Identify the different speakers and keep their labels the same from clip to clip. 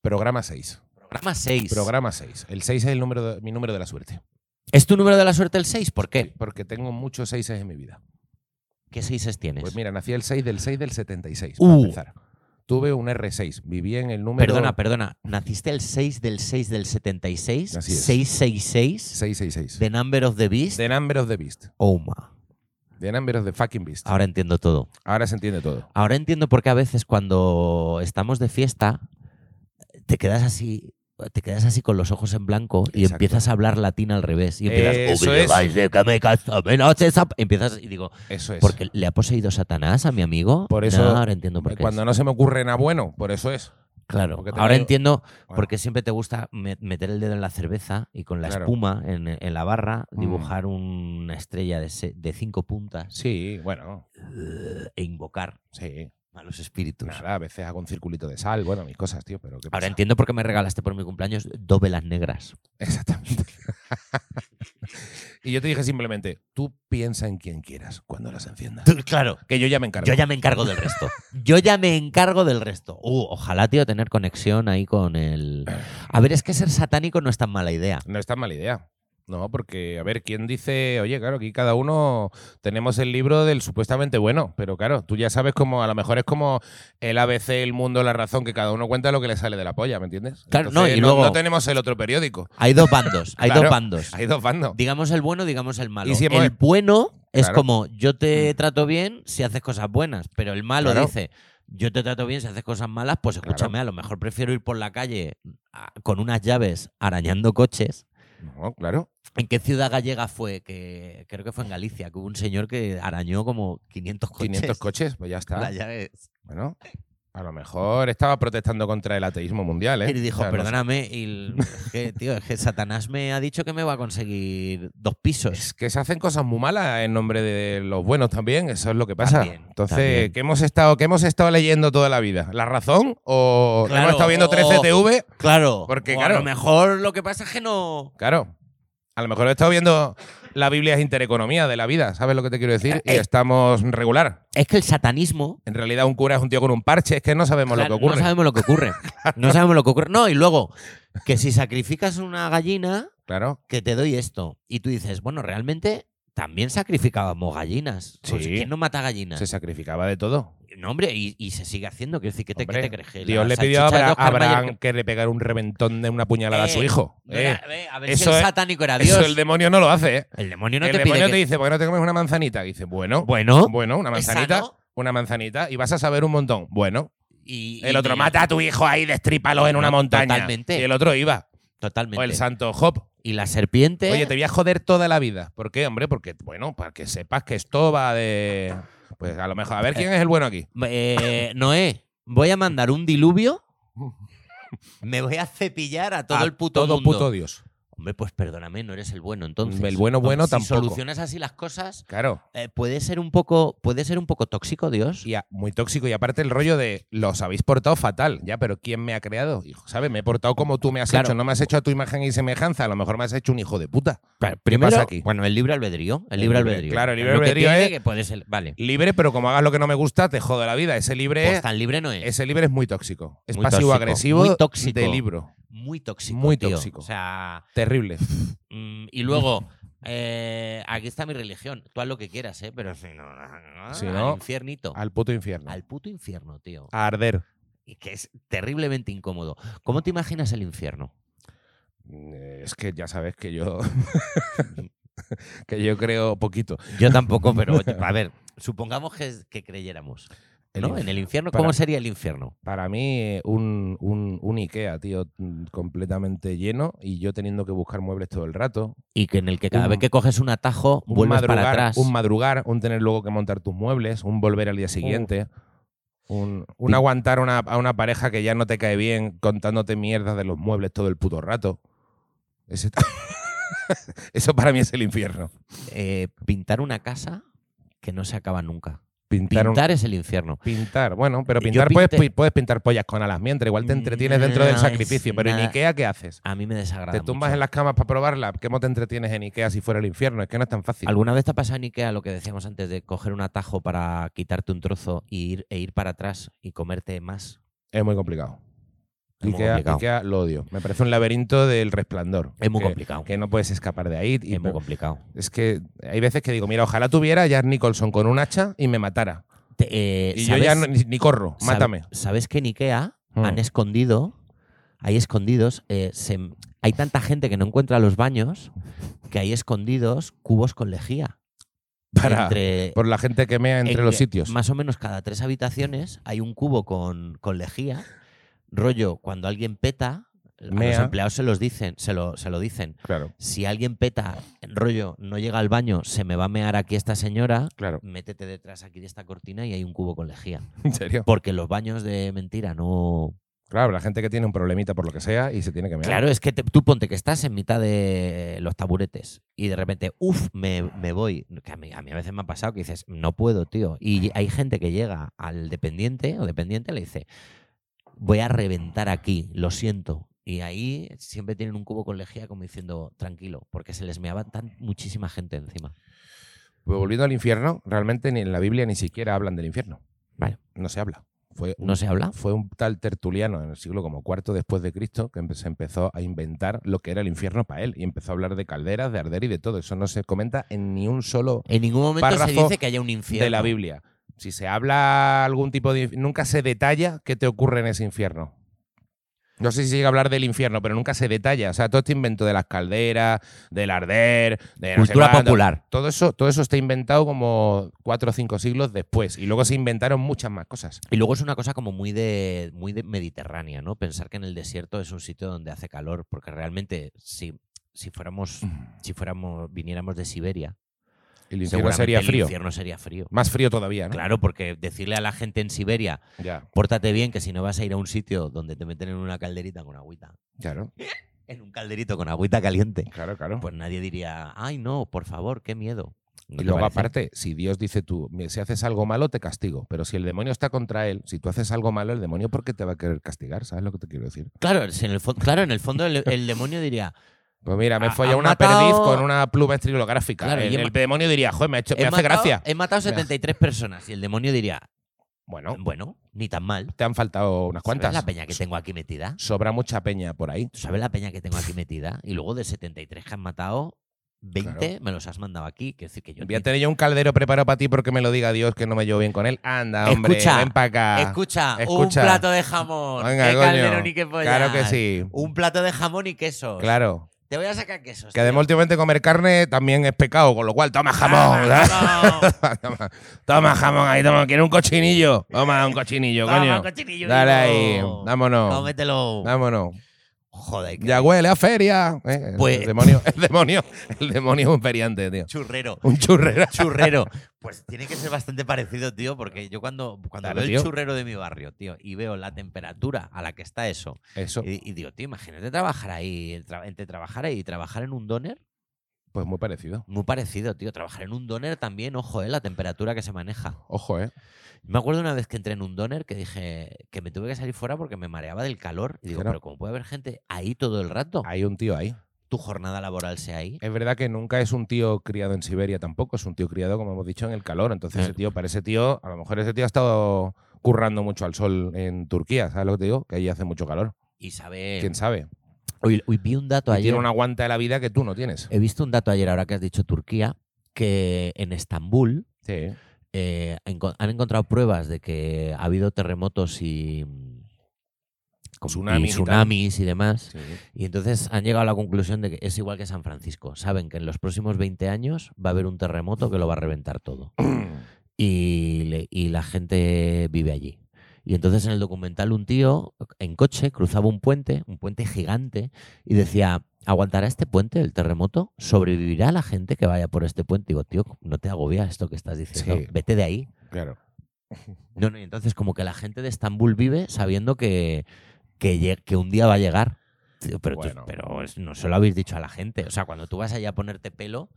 Speaker 1: Programa 6.
Speaker 2: Programa 6.
Speaker 1: Programa 6. El 6 es el número de- mi número de la suerte.
Speaker 2: ¿Es tu número de la suerte el 6? ¿Por qué?
Speaker 1: Porque tengo muchos 6 en mi vida.
Speaker 2: ¿Qué 6 tienes?
Speaker 1: Pues mira, nací el 6 del 6 del 76. para
Speaker 2: Uh.
Speaker 1: empezar. Tuve un R6. Viví en el número
Speaker 2: perdona, perdona. ¿Naciste el 6 del 6 del 76?
Speaker 1: Así es.
Speaker 2: 666.
Speaker 1: 666.
Speaker 2: The Number of the Beast.
Speaker 1: The Number of the Beast.
Speaker 2: Oma.
Speaker 1: The Number of the fucking Beast.
Speaker 2: Ahora entiendo todo.
Speaker 1: Ahora se entiende todo.
Speaker 2: Ahora entiendo por qué a veces cuando estamos de fiesta te quedas así, te quedas así con los ojos en blanco y
Speaker 1: Exacto.
Speaker 2: empiezas a hablar latín al revés. Y empiezas,
Speaker 1: Eso
Speaker 2: "Oye,
Speaker 1: es.
Speaker 2: vais de que me caso, me noche esa-". Empiezas y digo,
Speaker 1: Eso es.
Speaker 2: porque le ha poseído Satanás a mi amigo.
Speaker 1: Por eso,
Speaker 2: No, ahora entiendo por qué.
Speaker 1: Eh, Cuando
Speaker 2: es.
Speaker 1: no se me ocurre nada bueno, por eso es.
Speaker 2: claro,
Speaker 1: porque te
Speaker 2: ahora
Speaker 1: veo-
Speaker 2: entiendo
Speaker 1: Bueno,
Speaker 2: por qué siempre te gusta me- meter el dedo en la cerveza y con la
Speaker 1: Claro.
Speaker 2: espuma en, en la barra
Speaker 1: Mm.
Speaker 2: dibujar una estrella de, se- de cinco puntas
Speaker 1: Sí, bueno,
Speaker 2: e invocar
Speaker 1: sí.
Speaker 2: a los espíritus.
Speaker 1: Nada, a veces hago un circulito de sal, bueno, mis cosas, tío, pero ¿qué
Speaker 2: Ahora
Speaker 1: pasa?
Speaker 2: entiendo por qué me regalaste por mi cumpleaños dos velas negras.
Speaker 1: Exactamente. y yo te dije simplemente, tú piensa en quien quieras cuando las enciendas.
Speaker 2: claro.
Speaker 1: Que yo ya me encargo.
Speaker 2: Yo ya me encargo del resto. Yo ya me encargo del resto. Uh, ojalá, tío, tener conexión ahí con el. A ver, es que ser satánico no es tan mala idea.
Speaker 1: No es tan mala idea. No, porque, a ver, ¿quién dice, oye, claro, aquí cada uno tenemos el libro del supuestamente bueno, pero claro, tú ya sabes cómo, a lo mejor es como el ABC, el mundo, la razón, que cada uno cuenta lo que le sale de la polla, ¿me entiendes?
Speaker 2: Claro, no, y
Speaker 1: no,
Speaker 2: luego-
Speaker 1: tenemos el otro periódico.
Speaker 2: Hay dos bandos. Hay
Speaker 1: Claro,
Speaker 2: dos bandos.
Speaker 1: Hay dos bandos.
Speaker 2: Digamos el bueno, digamos el malo.
Speaker 1: Y si hemos-
Speaker 2: el bueno es
Speaker 1: Claro. Mm.
Speaker 2: como yo te trato bien si haces cosas buenas, pero el malo
Speaker 1: Claro.
Speaker 2: dice yo te trato bien si haces cosas malas, pues
Speaker 1: Claro.
Speaker 2: escúchame, a lo mejor prefiero ir por la calle ah, con unas llaves arañando coches
Speaker 1: No, claro.
Speaker 2: ¿En qué ciudad gallega fue? Que creo que fue en Galicia, que hubo un señor que arañó como 500 coches.
Speaker 1: 500 coches, pues ya está.
Speaker 2: Las llaves.
Speaker 1: Bueno, a lo mejor estaba protestando contra el ateísmo mundial, ¿eh?
Speaker 2: Y dijo,
Speaker 1: O sea, no sé.
Speaker 2: perdóname, y el- es que, tío, es que Satanás me ha dicho que me va a conseguir dos pisos.
Speaker 1: Es que se hacen cosas muy malas en nombre de los buenos también, eso es lo que pasa.
Speaker 2: También,
Speaker 1: Entonces,
Speaker 2: también.
Speaker 1: ¿qué hemos estado qué hemos estado leyendo toda la vida? ¿La razón o
Speaker 2: Claro, Oh.
Speaker 1: hemos estado viendo
Speaker 2: o-
Speaker 1: 13TV?
Speaker 2: Claro.
Speaker 1: Porque,
Speaker 2: o
Speaker 1: claro.
Speaker 2: A lo mejor lo que pasa es que no.
Speaker 1: Claro. A lo mejor he estado viendo la Biblia es intereconomía de la vida, ¿sabes lo que te quiero decir? Y
Speaker 2: Eh.
Speaker 1: estamos regular.
Speaker 2: Es que el satanismo.
Speaker 1: En realidad un cura es un tío con un parche, es que no sabemos
Speaker 2: claro,
Speaker 1: lo que ocurre.
Speaker 2: No sabemos lo que ocurre. No sabemos lo que ocurre. No, y luego, que si sacrificas una gallina,
Speaker 1: Claro.
Speaker 2: que te doy esto. Y tú dices, bueno, realmente también sacrificábamos gallinas. O sea,
Speaker 1: Sí.
Speaker 2: ¿Quién no mata gallinas?
Speaker 1: Se sacrificaba de todo.
Speaker 2: No, hombre, y, y se sigue haciendo. Quiero decir, ¿qué te, qué
Speaker 1: Hombre,
Speaker 2: te crees? Que
Speaker 1: Dios
Speaker 2: la
Speaker 1: le pidió a
Speaker 2: salchicha de
Speaker 1: Abra-
Speaker 2: Oscar Mayer-
Speaker 1: Abraham que le pegara un reventón de una puñalada a su
Speaker 2: Eh,
Speaker 1: hijo.
Speaker 2: no
Speaker 1: Eh,
Speaker 2: era- eh, a ver si
Speaker 1: eso
Speaker 2: el
Speaker 1: es-
Speaker 2: satánico era Dios.
Speaker 1: Eso el demonio no lo hace, ¿eh?
Speaker 2: El demonio no
Speaker 1: el
Speaker 2: te pide.
Speaker 1: demonio
Speaker 2: que-
Speaker 1: te dice, ¿por qué no te comes una manzanita? Y dice, bueno,
Speaker 2: Bueno,
Speaker 1: bueno, una
Speaker 2: ¿es
Speaker 1: manzanita,
Speaker 2: sano?
Speaker 1: una manzanita, y vas a saber un montón. Bueno,
Speaker 2: y, y-
Speaker 1: el otro mata a tu hijo ahí, destrípalo en una
Speaker 2: No,
Speaker 1: montaña.
Speaker 2: totalmente.
Speaker 1: Y el otro iba.
Speaker 2: Totalmente.
Speaker 1: O el santo Job.
Speaker 2: y la serpiente.
Speaker 1: Oye, te voy a joder toda la vida. ¿Por qué, hombre? Porque, bueno, para que sepas que esto va de. Pues a lo mejor, a ver quién es el bueno aquí.
Speaker 2: eh, Noé, voy a mandar un diluvio. Me voy a cepillar a todo
Speaker 1: A
Speaker 2: el puto
Speaker 1: todo
Speaker 2: mundo.
Speaker 1: puto Dios.
Speaker 2: Hombre, pues perdóname, no eres el bueno entonces.
Speaker 1: El bueno, bueno,
Speaker 2: si
Speaker 1: tampoco.
Speaker 2: solucionas así las cosas,
Speaker 1: Claro.
Speaker 2: eh, puede ser un poco, puede ser un poco tóxico, Dios.
Speaker 1: Y a- muy tóxico. Y aparte el rollo de los habéis portado fatal. Ya, pero ¿quién me ha creado? Hijo, ¿sabes? Me he portado como tú me has
Speaker 2: Claro.
Speaker 1: hecho. No me has hecho a tu imagen y semejanza. A lo mejor me has hecho un hijo de puta.
Speaker 2: Claro,
Speaker 1: pasa aquí?
Speaker 2: Bueno, el libre albedrío. El
Speaker 1: El
Speaker 2: libre
Speaker 1: libre-
Speaker 2: albedrío.
Speaker 1: claro, el libre
Speaker 2: Lo que
Speaker 1: albedrío
Speaker 2: tiene
Speaker 1: es-
Speaker 2: que puede ser- vale.
Speaker 1: libre, pero como hagas lo que no me gusta, te jode la vida. Ese libre,
Speaker 2: Pues tan libre no es.
Speaker 1: ese libre es muy tóxico. Es
Speaker 2: Muy
Speaker 1: pasivo-agresivo
Speaker 2: tóxico, muy tóxico.
Speaker 1: de libro.
Speaker 2: Muy tóxico.
Speaker 1: Muy
Speaker 2: tío.
Speaker 1: tóxico.
Speaker 2: O sea,
Speaker 1: Terrible.
Speaker 2: mm, y luego, eh, aquí está mi religión. Tú haz lo que quieras, ¿eh? Pero si no, no,
Speaker 1: Si
Speaker 2: al
Speaker 1: no,
Speaker 2: infiernito. Al,
Speaker 1: Al puto infierno.
Speaker 2: puto infierno, tío.
Speaker 1: A arder.
Speaker 2: Y que es terriblemente incómodo. ¿Cómo te imaginas el infierno? Mm,
Speaker 1: Eh, Es que ya sabes que yo. que yo creo poquito.
Speaker 2: Yo tampoco, pero a ver, supongamos que, que creyéramos.
Speaker 1: El
Speaker 2: ¿no?
Speaker 1: inf-
Speaker 2: En el infierno,
Speaker 1: para-
Speaker 2: ¿cómo sería el infierno?
Speaker 1: Para mí, eh, un, un, un IKEA, tío, mm, completamente lleno y yo teniendo que buscar muebles todo el rato.
Speaker 2: Y que en el que cada
Speaker 1: Un-
Speaker 2: vez que coges un atajo,
Speaker 1: Un
Speaker 2: vuelves
Speaker 1: madrugar,
Speaker 2: para atrás.
Speaker 1: Un madrugar, un tener luego que montar tus muebles, un volver al día siguiente. Un, un
Speaker 2: Pi-
Speaker 1: aguantar a una, a una pareja que ya no te cae bien contándote mierdas de los muebles todo el puto rato. Ese- Eso para mí es el infierno.
Speaker 2: Eh, pintar una casa que no se acaba nunca.
Speaker 1: Pintar, un-
Speaker 2: Pintar es el infierno.
Speaker 1: pintar, bueno, pero
Speaker 2: Yo
Speaker 1: pintar puedes,
Speaker 2: pinté-
Speaker 1: pi- puedes pintar pollas con alas mientras, igual te entretienes dentro del
Speaker 2: No, es
Speaker 1: sacrificio. Pero en
Speaker 2: nada.
Speaker 1: Ikea, ¿qué haces?
Speaker 2: A mí me desagrada.
Speaker 1: Te tumbas
Speaker 2: mucho.
Speaker 1: en las camas para probarla. ¿Cómo te entretienes en Ikea si fuera el infierno? Es que no es tan fácil.
Speaker 2: ¿Alguna vez te ha pasado en Ikea lo que decíamos antes de coger un atajo para quitarte un trozo y ir, e ir para atrás y comerte más?
Speaker 1: Es muy complicado.
Speaker 2: Es muy
Speaker 1: Ikea,
Speaker 2: complicado.
Speaker 1: Ikea lo odio. Me parece un laberinto del resplandor.
Speaker 2: Es muy
Speaker 1: que-
Speaker 2: complicado.
Speaker 1: Que no puedes escapar de ahí. y
Speaker 2: es muy
Speaker 1: pero-
Speaker 2: complicado.
Speaker 1: es que hay veces que digo, mira, ojalá tuviera a Jack Nicholson con un hacha y me matara.
Speaker 2: Te- eh,
Speaker 1: Y yo
Speaker 2: ¿sabes-
Speaker 1: ya no- ni, ni corro,
Speaker 2: sab-
Speaker 1: mátame.
Speaker 2: ¿Sabes que en Ikea
Speaker 1: Mm.
Speaker 2: han escondido, hay escondidos, eh, se- hay tanta gente que no encuentra los baños que hay escondidos cubos con lejía.
Speaker 1: Para,
Speaker 2: Entre-
Speaker 1: por la gente que mea entre
Speaker 2: en
Speaker 1: los
Speaker 2: que
Speaker 1: sitios.
Speaker 2: Más o menos cada tres habitaciones hay un cubo con, con lejía. Rollo, cuando alguien peta, a los
Speaker 1: Mea.
Speaker 2: empleados se los dicen, se lo, se lo dicen.
Speaker 1: Claro,
Speaker 2: Si alguien peta, rollo, no llega al baño, se me va a mear aquí esta señora,
Speaker 1: claro.
Speaker 2: métete detrás aquí de esta cortina y hay un cubo con lejía.
Speaker 1: En serio.
Speaker 2: Porque los baños de mentira no.
Speaker 1: Claro, la gente que tiene un problemita por lo que sea y se tiene que mear.
Speaker 2: Claro, es que te- tú ponte que estás en mitad de los taburetes y de repente, uff, me, me voy. Que a, mí, a mí a veces me ha pasado que dices, no puedo, tío. Y hay gente que llega al dependiente o dependiente y le dice, voy a reventar aquí, lo siento. Y ahí siempre tienen un cubo con lejía como diciendo, tranquilo, porque se les meaba tan muchísima gente encima.
Speaker 1: Pues volviendo al infierno, realmente ni en la Biblia ni siquiera hablan del infierno.
Speaker 2: Vale.
Speaker 1: No se habla. Fue un,
Speaker 2: ¿No se habla?
Speaker 1: fue un tal tertuliano en el siglo como cuarto después de Cristo que empe- se empezó a inventar lo que era el infierno para él y empezó a hablar de calderas, de arder y de todo. Eso no se comenta en ni un solo
Speaker 2: En ningún momento se
Speaker 1: Párrafo
Speaker 2: dice que haya un infierno.
Speaker 1: de la Biblia. Si se habla algún tipo de... inf- Nunca se detalla qué te ocurre en ese infierno. No sé si se llega a hablar del infierno, pero nunca se detalla. O sea, todo este invento de las calderas, del arder, de no sé
Speaker 2: Cultura
Speaker 1: cuánto,
Speaker 2: popular.
Speaker 1: Todo eso, todo eso está inventado como cuatro o cinco siglos después. Y luego se inventaron muchas más cosas.
Speaker 2: Y luego es una cosa como muy de, muy de mediterránea, ¿no? Pensar que en el desierto es un sitio donde hace calor, porque realmente si, si fuéramos, si fuéramos, viniéramos de Siberia,
Speaker 1: El infierno
Speaker 2: seguramente
Speaker 1: sería
Speaker 2: el
Speaker 1: frío.
Speaker 2: infierno sería frío.
Speaker 1: Más frío todavía, ¿no?
Speaker 2: Claro, porque decirle a la gente en Siberia,
Speaker 1: Ya,
Speaker 2: pórtate bien, que si no vas a ir a un sitio donde te meten en una calderita con agüita,
Speaker 1: claro,
Speaker 2: en un calderito con agüita caliente,
Speaker 1: claro, claro.
Speaker 2: pues nadie diría, ay no, por favor, qué miedo. ¿No
Speaker 1: Y
Speaker 2: te
Speaker 1: luego,
Speaker 2: parece?
Speaker 1: aparte, si Dios dice tú, "Mira, si haces algo malo, te castigo. Pero si el demonio está contra él, si tú haces algo malo, el demonio, ¿por qué te va a querer castigar? ¿Sabes lo que te quiero decir?
Speaker 2: Claro, si en el fon- claro, en el fondo el, el demonio diría,
Speaker 1: Pues mira, me he
Speaker 2: Ha-
Speaker 1: follado
Speaker 2: han
Speaker 1: una
Speaker 2: matado-
Speaker 1: perdiz con una pluma estilográfica.
Speaker 2: Claro,
Speaker 1: el,
Speaker 2: y he
Speaker 1: el
Speaker 2: ma-
Speaker 1: demonio diría, joder, me, ha hecho- me
Speaker 2: he
Speaker 1: hace
Speaker 2: matado-
Speaker 1: gracia.
Speaker 2: he matado 73 personas y el demonio diría,
Speaker 1: Bueno,
Speaker 2: Bueno, ni tan mal.
Speaker 1: te han faltado unas
Speaker 2: ¿Sabes
Speaker 1: cuantas.
Speaker 2: la peña que tengo aquí metida?
Speaker 1: Sobra mucha peña por ahí.
Speaker 2: ¿Tú sabes la peña que tengo aquí metida? Y luego de 73 que han matado, 20
Speaker 1: Claro.
Speaker 2: me los has mandado aquí. Que decir que yo
Speaker 1: Voy a tener yo un caldero preparado para ti porque me lo diga Dios que no me llevo bien con él. Anda, hombre,
Speaker 2: Escucha,
Speaker 1: ven para acá.
Speaker 2: escucha,
Speaker 1: escucha.
Speaker 2: un plato de jamón.
Speaker 1: Venga,
Speaker 2: qué
Speaker 1: coño.
Speaker 2: calderón y qué pollas.
Speaker 1: Claro que sí.
Speaker 2: Un plato de jamón y queso.
Speaker 1: Claro.
Speaker 2: Te voy a sacar quesos.
Speaker 1: Que además últimamente comer carne también es pecado, con lo cual toma jamón.
Speaker 2: Toma,
Speaker 1: ¿sabes?
Speaker 2: jamón.
Speaker 1: toma, toma jamón ahí, toma. Quiero un cochinillo. Toma un cochinillo,
Speaker 2: Toma,
Speaker 1: coño.
Speaker 2: cochinillo este
Speaker 1: Dale ahí,
Speaker 2: vivo.
Speaker 1: vámonos.
Speaker 2: Cómetelo.
Speaker 1: Vámonos.
Speaker 2: Joder, qué
Speaker 1: Ya huele a feria. Eh,
Speaker 2: Pues-
Speaker 1: El demonio, el demonio, el demonio es un feriante, tío.
Speaker 2: churrero.
Speaker 1: Un churrera.
Speaker 2: churrero. Pues tiene que ser bastante parecido, tío, porque yo cuando, cuando
Speaker 1: Claro,
Speaker 2: veo
Speaker 1: tío.
Speaker 2: el churrero de mi barrio, tío, y veo la temperatura a la que está eso,
Speaker 1: Eso,
Speaker 2: y, y digo, tío, imagínate trabajar ahí, tra- entre trabajar ahí y trabajar en un doner,
Speaker 1: pues muy parecido.
Speaker 2: muy parecido, tío, trabajar en un doner también, ojo, eh, la temperatura que se maneja.
Speaker 1: Ojo, ¿eh?
Speaker 2: Me acuerdo una vez que entré en un doner que dije que me tuve que salir fuera porque me mareaba del calor, y digo,
Speaker 1: Claro.
Speaker 2: pero ¿cómo puede haber gente ahí todo el rato?
Speaker 1: Hay un tío ahí.
Speaker 2: Tu jornada laboral sea ahí.
Speaker 1: Es verdad que nunca es un tío criado en Siberia tampoco, es un tío criado, como hemos dicho, en el calor. Entonces,
Speaker 2: Eh.
Speaker 1: ese tío, para ese tío, a lo mejor ese tío ha estado currando mucho al sol en Turquía, ¿sabes lo que te digo? Que ahí hace mucho calor.
Speaker 2: Y sabe...
Speaker 1: ¿Quién sabe?
Speaker 2: Hoy, hoy vi un dato
Speaker 1: Y
Speaker 2: ayer.
Speaker 1: tiene una aguanta de la vida que tú no tienes.
Speaker 2: He visto un dato ayer, ahora que has dicho Turquía, que en Estambul
Speaker 1: Sí.
Speaker 2: eh, enco- han encontrado pruebas de que ha habido terremotos y, como- y
Speaker 1: Tsunamis y tal.
Speaker 2: tsunamis y demás.
Speaker 1: sí.
Speaker 2: Y entonces han llegado a la conclusión de que es igual que San Francisco. Saben que en los próximos 20 años va a haber un terremoto que lo va a reventar todo. Y, le- y la gente vive allí. Y entonces en el documental un tío en coche cruzaba un puente, un puente gigante, y decía, ¿aguantará este puente el terremoto? ¿Sobrevivirá la gente que vaya por este puente? Digo, tío, no te agobias esto que estás diciendo.
Speaker 1: Sí.
Speaker 2: Vete de ahí.
Speaker 1: Claro.
Speaker 2: No, no, y entonces como que la gente de Estambul vive sabiendo que, que, lle- que un día va a llegar. Tío, Pero, tú-
Speaker 1: Bueno.
Speaker 2: pero es- no se lo habéis dicho a la gente. O sea, cuando tú vas allá a ponerte pelo,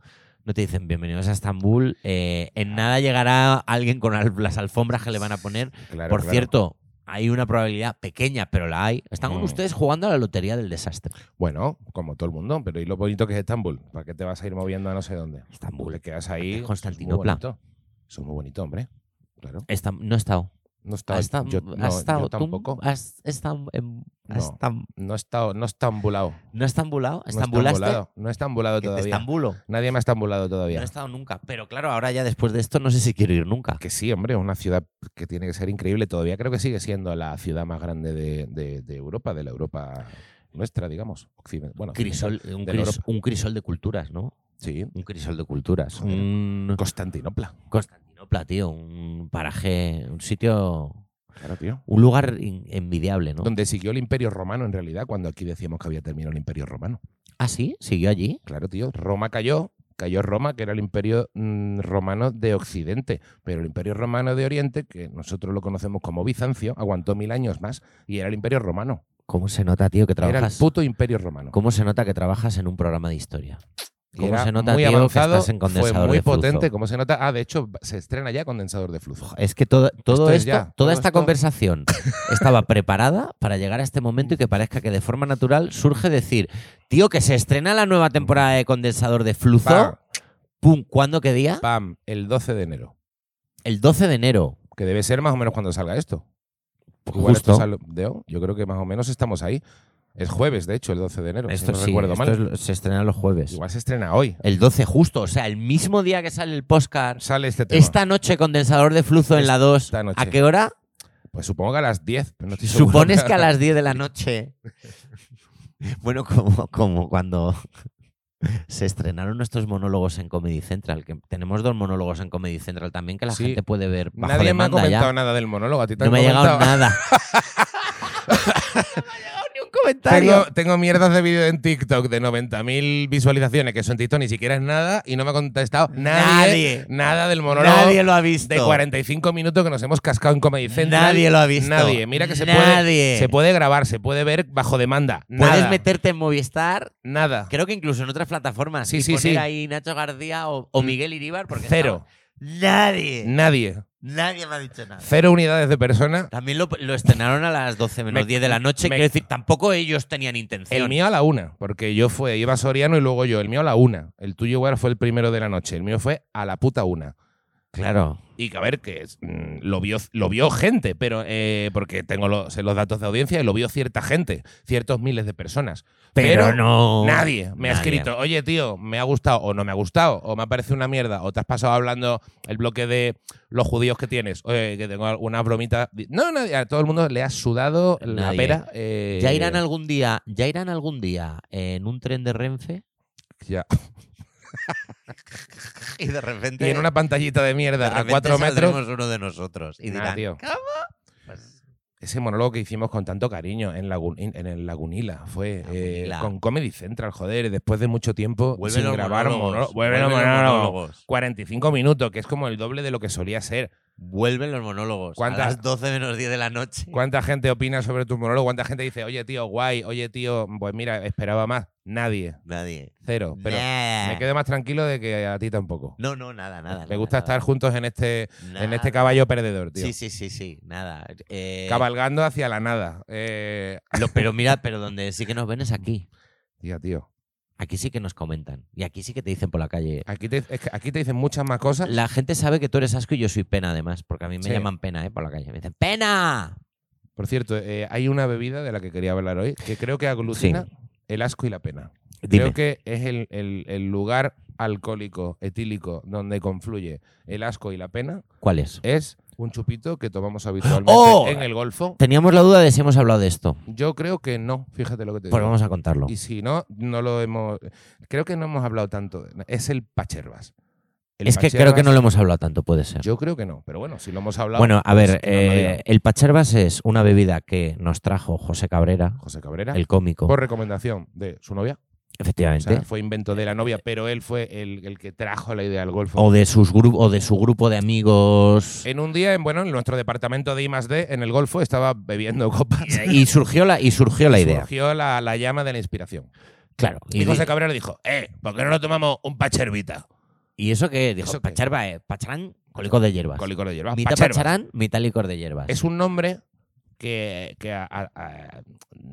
Speaker 2: no te dicen bienvenidos a Estambul. eh, en nada llegará alguien con al- las alfombras que le van a poner.
Speaker 1: claro
Speaker 2: Por
Speaker 1: claro.
Speaker 2: cierto, hay una probabilidad pequeña, pero la hay. Están
Speaker 1: Mm.
Speaker 2: ustedes jugando a la lotería del desastre.
Speaker 1: Bueno, como todo el mundo, pero ¿y lo bonito que es Estambul? ¿Para qué te vas a ir moviendo a no sé dónde?
Speaker 2: Estambul.
Speaker 1: Te quedas ahí.
Speaker 2: Constantinopla.
Speaker 1: Eso es muy bonito, Eso es muy bonito hombre. Claro.
Speaker 2: Estam- no he estado.
Speaker 1: No
Speaker 2: Ha
Speaker 1: estaba,
Speaker 2: estado,
Speaker 1: yo,
Speaker 2: ha
Speaker 1: no, yo
Speaker 2: estado, tú
Speaker 1: tampoco.
Speaker 2: Has estado, en- has
Speaker 1: No.
Speaker 2: estado-
Speaker 1: No he estado, no he estambulado.
Speaker 2: ¿No has estambulado?
Speaker 1: No he
Speaker 2: ¿Estambulaste?
Speaker 1: estambulado. No he estambulado
Speaker 2: que te
Speaker 1: todavía.
Speaker 2: estambulo.
Speaker 1: Nadie me ha estambulado
Speaker 2: No he
Speaker 1: todavía.
Speaker 2: estado nunca. Pero claro, ahora ya después de esto no sé si quiero ir nunca.
Speaker 1: Que sí, hombre, es una ciudad que tiene que ser increíble todavía. Creo que sigue siendo la ciudad más grande de, de- de Europa, de la Europa nuestra, digamos. Occiden- bueno, occidental.
Speaker 2: Crisol- eh, un,
Speaker 1: de
Speaker 2: cris-
Speaker 1: Europa.
Speaker 2: un crisol de culturas, ¿no?
Speaker 1: Sí.
Speaker 2: Un crisol de culturas.
Speaker 1: Joder.
Speaker 2: Un
Speaker 1: Constantinopla.
Speaker 2: Constantinopla, tío. Un paraje, un sitio,
Speaker 1: Claro, tío.
Speaker 2: un lugar in- envidiable, ¿no?
Speaker 1: Donde siguió el Imperio Romano, en realidad, cuando aquí decíamos que había terminado el Imperio Romano.
Speaker 2: Ah, sí, siguió allí.
Speaker 1: Claro, tío. Roma cayó. Cayó Roma, que era el imperio mm, romano de Occidente, pero el imperio romano de Oriente, que nosotros lo conocemos como Bizancio, aguantó mil años más y era el imperio romano.
Speaker 2: ¿Cómo se nota, tío, que
Speaker 1: Era el
Speaker 2: trabajas?
Speaker 1: puto imperio romano.
Speaker 2: ¿Cómo se nota que trabajas en un programa de historia?
Speaker 1: Y
Speaker 2: ¿Cómo
Speaker 1: era
Speaker 2: se nota,
Speaker 1: muy
Speaker 2: tío, que
Speaker 1: avanzado,
Speaker 2: estás en condensador
Speaker 1: fue muy
Speaker 2: de flujo?
Speaker 1: potente, como se nota. Ah, de hecho, se estrena ya condensador de flujo.
Speaker 2: Es que todo, todo
Speaker 1: Esto es
Speaker 2: esto,
Speaker 1: ya,
Speaker 2: toda
Speaker 1: todo
Speaker 2: esta
Speaker 1: esto-
Speaker 2: conversación estaba preparada para llegar a este momento y que parezca que de forma natural surge decir, tío, que se estrena la nueva temporada de Condensador de Flujo.
Speaker 1: Pam,
Speaker 2: Pum, ¿cuándo qué día?
Speaker 1: pam, el 12 de enero,
Speaker 2: El 12 de enero.
Speaker 1: que debe ser más o menos cuando salga esto. Pues Igual esto
Speaker 2: Justo.
Speaker 1: sale- Deo, yo creo que más o menos estamos ahí. Es jueves, de hecho, el 12 de enero, si
Speaker 2: Esto
Speaker 1: no
Speaker 2: sí,
Speaker 1: recuerdo
Speaker 2: esto
Speaker 1: mal.
Speaker 2: es lo- se estrena los jueves.
Speaker 1: Igual se estrena hoy.
Speaker 2: El 12 justo, o sea, el mismo día que sale el podcast.
Speaker 1: Sale este tema.
Speaker 2: Esta noche, Condensador de Flujo en la 2.
Speaker 1: Esta noche.
Speaker 2: ¿A qué hora?
Speaker 1: Pues supongo que a las 10. pero no estoy seguro.
Speaker 2: Supones que a las 10 de la noche. Bueno, como, como cuando se estrenaron nuestros monólogos en Comedy Central, que tenemos dos monólogos en Comedy Central también que la
Speaker 1: Sí.
Speaker 2: gente puede ver bajo
Speaker 1: Nadie me ha
Speaker 2: demanda
Speaker 1: comentado
Speaker 2: ya.
Speaker 1: nada del monólogo. A ti te
Speaker 2: No
Speaker 1: han
Speaker 2: me ha llegado
Speaker 1: comentado?
Speaker 2: nada. no me ha llegado ni un comentario.
Speaker 1: Tengo, tengo mierdas de vídeo en TikTok de 90.000 visualizaciones, que eso en TikTok ni siquiera es nada, y no me ha contestado nadie.
Speaker 2: Nadie.
Speaker 1: Nada del monólogo.
Speaker 2: Nadie lo ha visto.
Speaker 1: de 45 minutos que nos hemos cascado en Comedy Central.
Speaker 2: Nadie lo ha visto.
Speaker 1: Nadie. Mira que se
Speaker 2: Nadie.
Speaker 1: puede se puede grabar, se puede ver bajo demanda.
Speaker 2: Puedes
Speaker 1: Nada.
Speaker 2: meterte en Movistar,
Speaker 1: nada.
Speaker 2: creo que incluso en otras plataformas.
Speaker 1: Sí,
Speaker 2: y
Speaker 1: sí,
Speaker 2: poner
Speaker 1: sí.
Speaker 2: ahí Nacho García o, o Miguel Iríbar, porque eh,
Speaker 1: Cero.
Speaker 2: estaba- Nadie.
Speaker 1: Nadie.
Speaker 2: Nadie me ha dicho nada.
Speaker 1: Cero unidades de persona.
Speaker 2: También lo, lo estrenaron a las 12 menos
Speaker 1: Me-
Speaker 2: 10 de la noche.
Speaker 1: me-
Speaker 2: Quiero decir, tampoco ellos tenían intención.
Speaker 1: El mío a la una, porque yo fue, iba Soriano y luego yo. El mío a la una. El tuyo igual fue el primero de la noche. El mío fue a la puta una.
Speaker 2: Claro.
Speaker 1: Y que a ver, que es, mm, lo, vio, lo vio gente, pero eh, porque tengo los, sé los datos de audiencia y lo vio cierta gente, ciertos miles de personas.
Speaker 2: Pero, no.
Speaker 1: Nadie me ha
Speaker 2: Nadie.
Speaker 1: escrito, oye tío, me ha gustado o no me ha gustado, o me ha parecido una mierda, o te has pasado hablando el bloque de los judíos que tienes, oye, que tengo una bromita. No, nadie, a todo el mundo le ha sudado la
Speaker 2: Nadie.
Speaker 1: pera. eh,
Speaker 2: Ya irán algún día, ya irán algún día en un tren de Renfe
Speaker 1: ya.
Speaker 2: y de repente.
Speaker 1: Y en una pantallita de
Speaker 2: de
Speaker 1: mierda a
Speaker 2: repente
Speaker 1: cuatro metros.
Speaker 2: saldremos uno de nosotros y
Speaker 1: Nah,
Speaker 2: dirán,
Speaker 1: tío.
Speaker 2: "¿Cómo?". Pues,
Speaker 1: Ese monólogo que hicimos con tanto cariño en, Lagun- en el Lagunila fue eh,
Speaker 2: Lagunila.
Speaker 1: con Comedy Central, joder, después de mucho tiempo
Speaker 2: vuelven
Speaker 1: sin
Speaker 2: los
Speaker 1: grabar
Speaker 2: monólogos,
Speaker 1: monólogo.
Speaker 2: vuelven los monólogos.
Speaker 1: 45 minutos, que es como el doble de lo que solía ser.
Speaker 2: Vuelven los monólogos. A
Speaker 1: ¿Cuántas-
Speaker 2: las 12 menos 10 de la noche.
Speaker 1: ¿Cuánta gente opina sobre tu monólogo? ¿Cuánta gente dice, oye tío, guay, oye tío, pues mira, esperaba más? Nadie,
Speaker 2: Nadie.
Speaker 1: cero. Pero
Speaker 2: Nah.
Speaker 1: me quedo más tranquilo de que a ti tampoco.
Speaker 2: No, no, nada, nada.
Speaker 1: Me gusta estar
Speaker 2: estar
Speaker 1: juntos en este, en este caballo perdedor, tío.
Speaker 2: Sí, sí, sí, sí, nada. Eh,
Speaker 1: Cabalgando hacia la nada. Eh,
Speaker 2: lo- pero mira, pero donde sí que nos ven es aquí.
Speaker 1: tía, tío.
Speaker 2: Aquí sí que nos comentan. Y aquí sí que te dicen por la calle.
Speaker 1: Aquí te, es que aquí te dicen muchas más cosas.
Speaker 2: La gente sabe que tú eres asco y yo soy pena, además, porque a mí me
Speaker 1: Sí.
Speaker 2: llaman pena, ¿eh? Por la calle. Me dicen, ¡pena!
Speaker 1: Por cierto, eh, hay una bebida de la que quería hablar hoy que creo que aglutina el asco y la pena.
Speaker 2: Dime.
Speaker 1: Creo que es el, el- el lugar alcohólico, etílico, donde confluye el asco y la pena.
Speaker 2: ¿Cuál es?
Speaker 1: Es un chupito que tomamos habitualmente
Speaker 2: ¡Oh!
Speaker 1: en el Golfo.
Speaker 2: Teníamos la duda de si hemos hablado de esto.
Speaker 1: Yo creo que no, fíjate lo que te
Speaker 2: Pues
Speaker 1: digo.
Speaker 2: vamos a contarlo.
Speaker 1: Y si no, no lo hemos. Creo que no hemos hablado tanto. de- es el Pacherbas. El
Speaker 2: Es que creo que no lo
Speaker 1: Pacherbas,
Speaker 2: hemos hablado tanto, puede ser.
Speaker 1: Yo creo que no, pero bueno, si lo hemos hablado.
Speaker 2: Bueno, a
Speaker 1: pues
Speaker 2: ver,
Speaker 1: que nos lo
Speaker 2: eh,
Speaker 1: digan.
Speaker 2: el Pacherbas es una bebida que nos trajo José Cabrera,
Speaker 1: José Cabrera,
Speaker 2: el cómico.
Speaker 1: por recomendación de su novia. O
Speaker 2: Efectivamente.
Speaker 1: sea, fue invento de la novia, pero él fue el, el que trajo la idea del golfo.
Speaker 2: o de sus gru- o de su grupo de amigos.
Speaker 1: En un día, en, bueno, en nuestro departamento de I D, en el golfo, estaba bebiendo copas.
Speaker 2: eh, Y surgió la, y surgió la idea.
Speaker 1: Surgió la, la llama de la inspiración.
Speaker 2: Claro.
Speaker 1: Y,
Speaker 2: Y,
Speaker 1: José
Speaker 2: di-
Speaker 1: Cabrera dijo, eh, ¿por qué no nos tomamos un pachervita?
Speaker 2: y eso que dijo,
Speaker 1: ¿Eso qué?
Speaker 2: Pacharba, eh, pacharán, cólico de hierbas.
Speaker 1: Con licor de hierbas.
Speaker 2: mitad
Speaker 1: Pachervas.
Speaker 2: pacharán, mitad licor de hierbas.
Speaker 1: Es un nombre que, que a- a- a-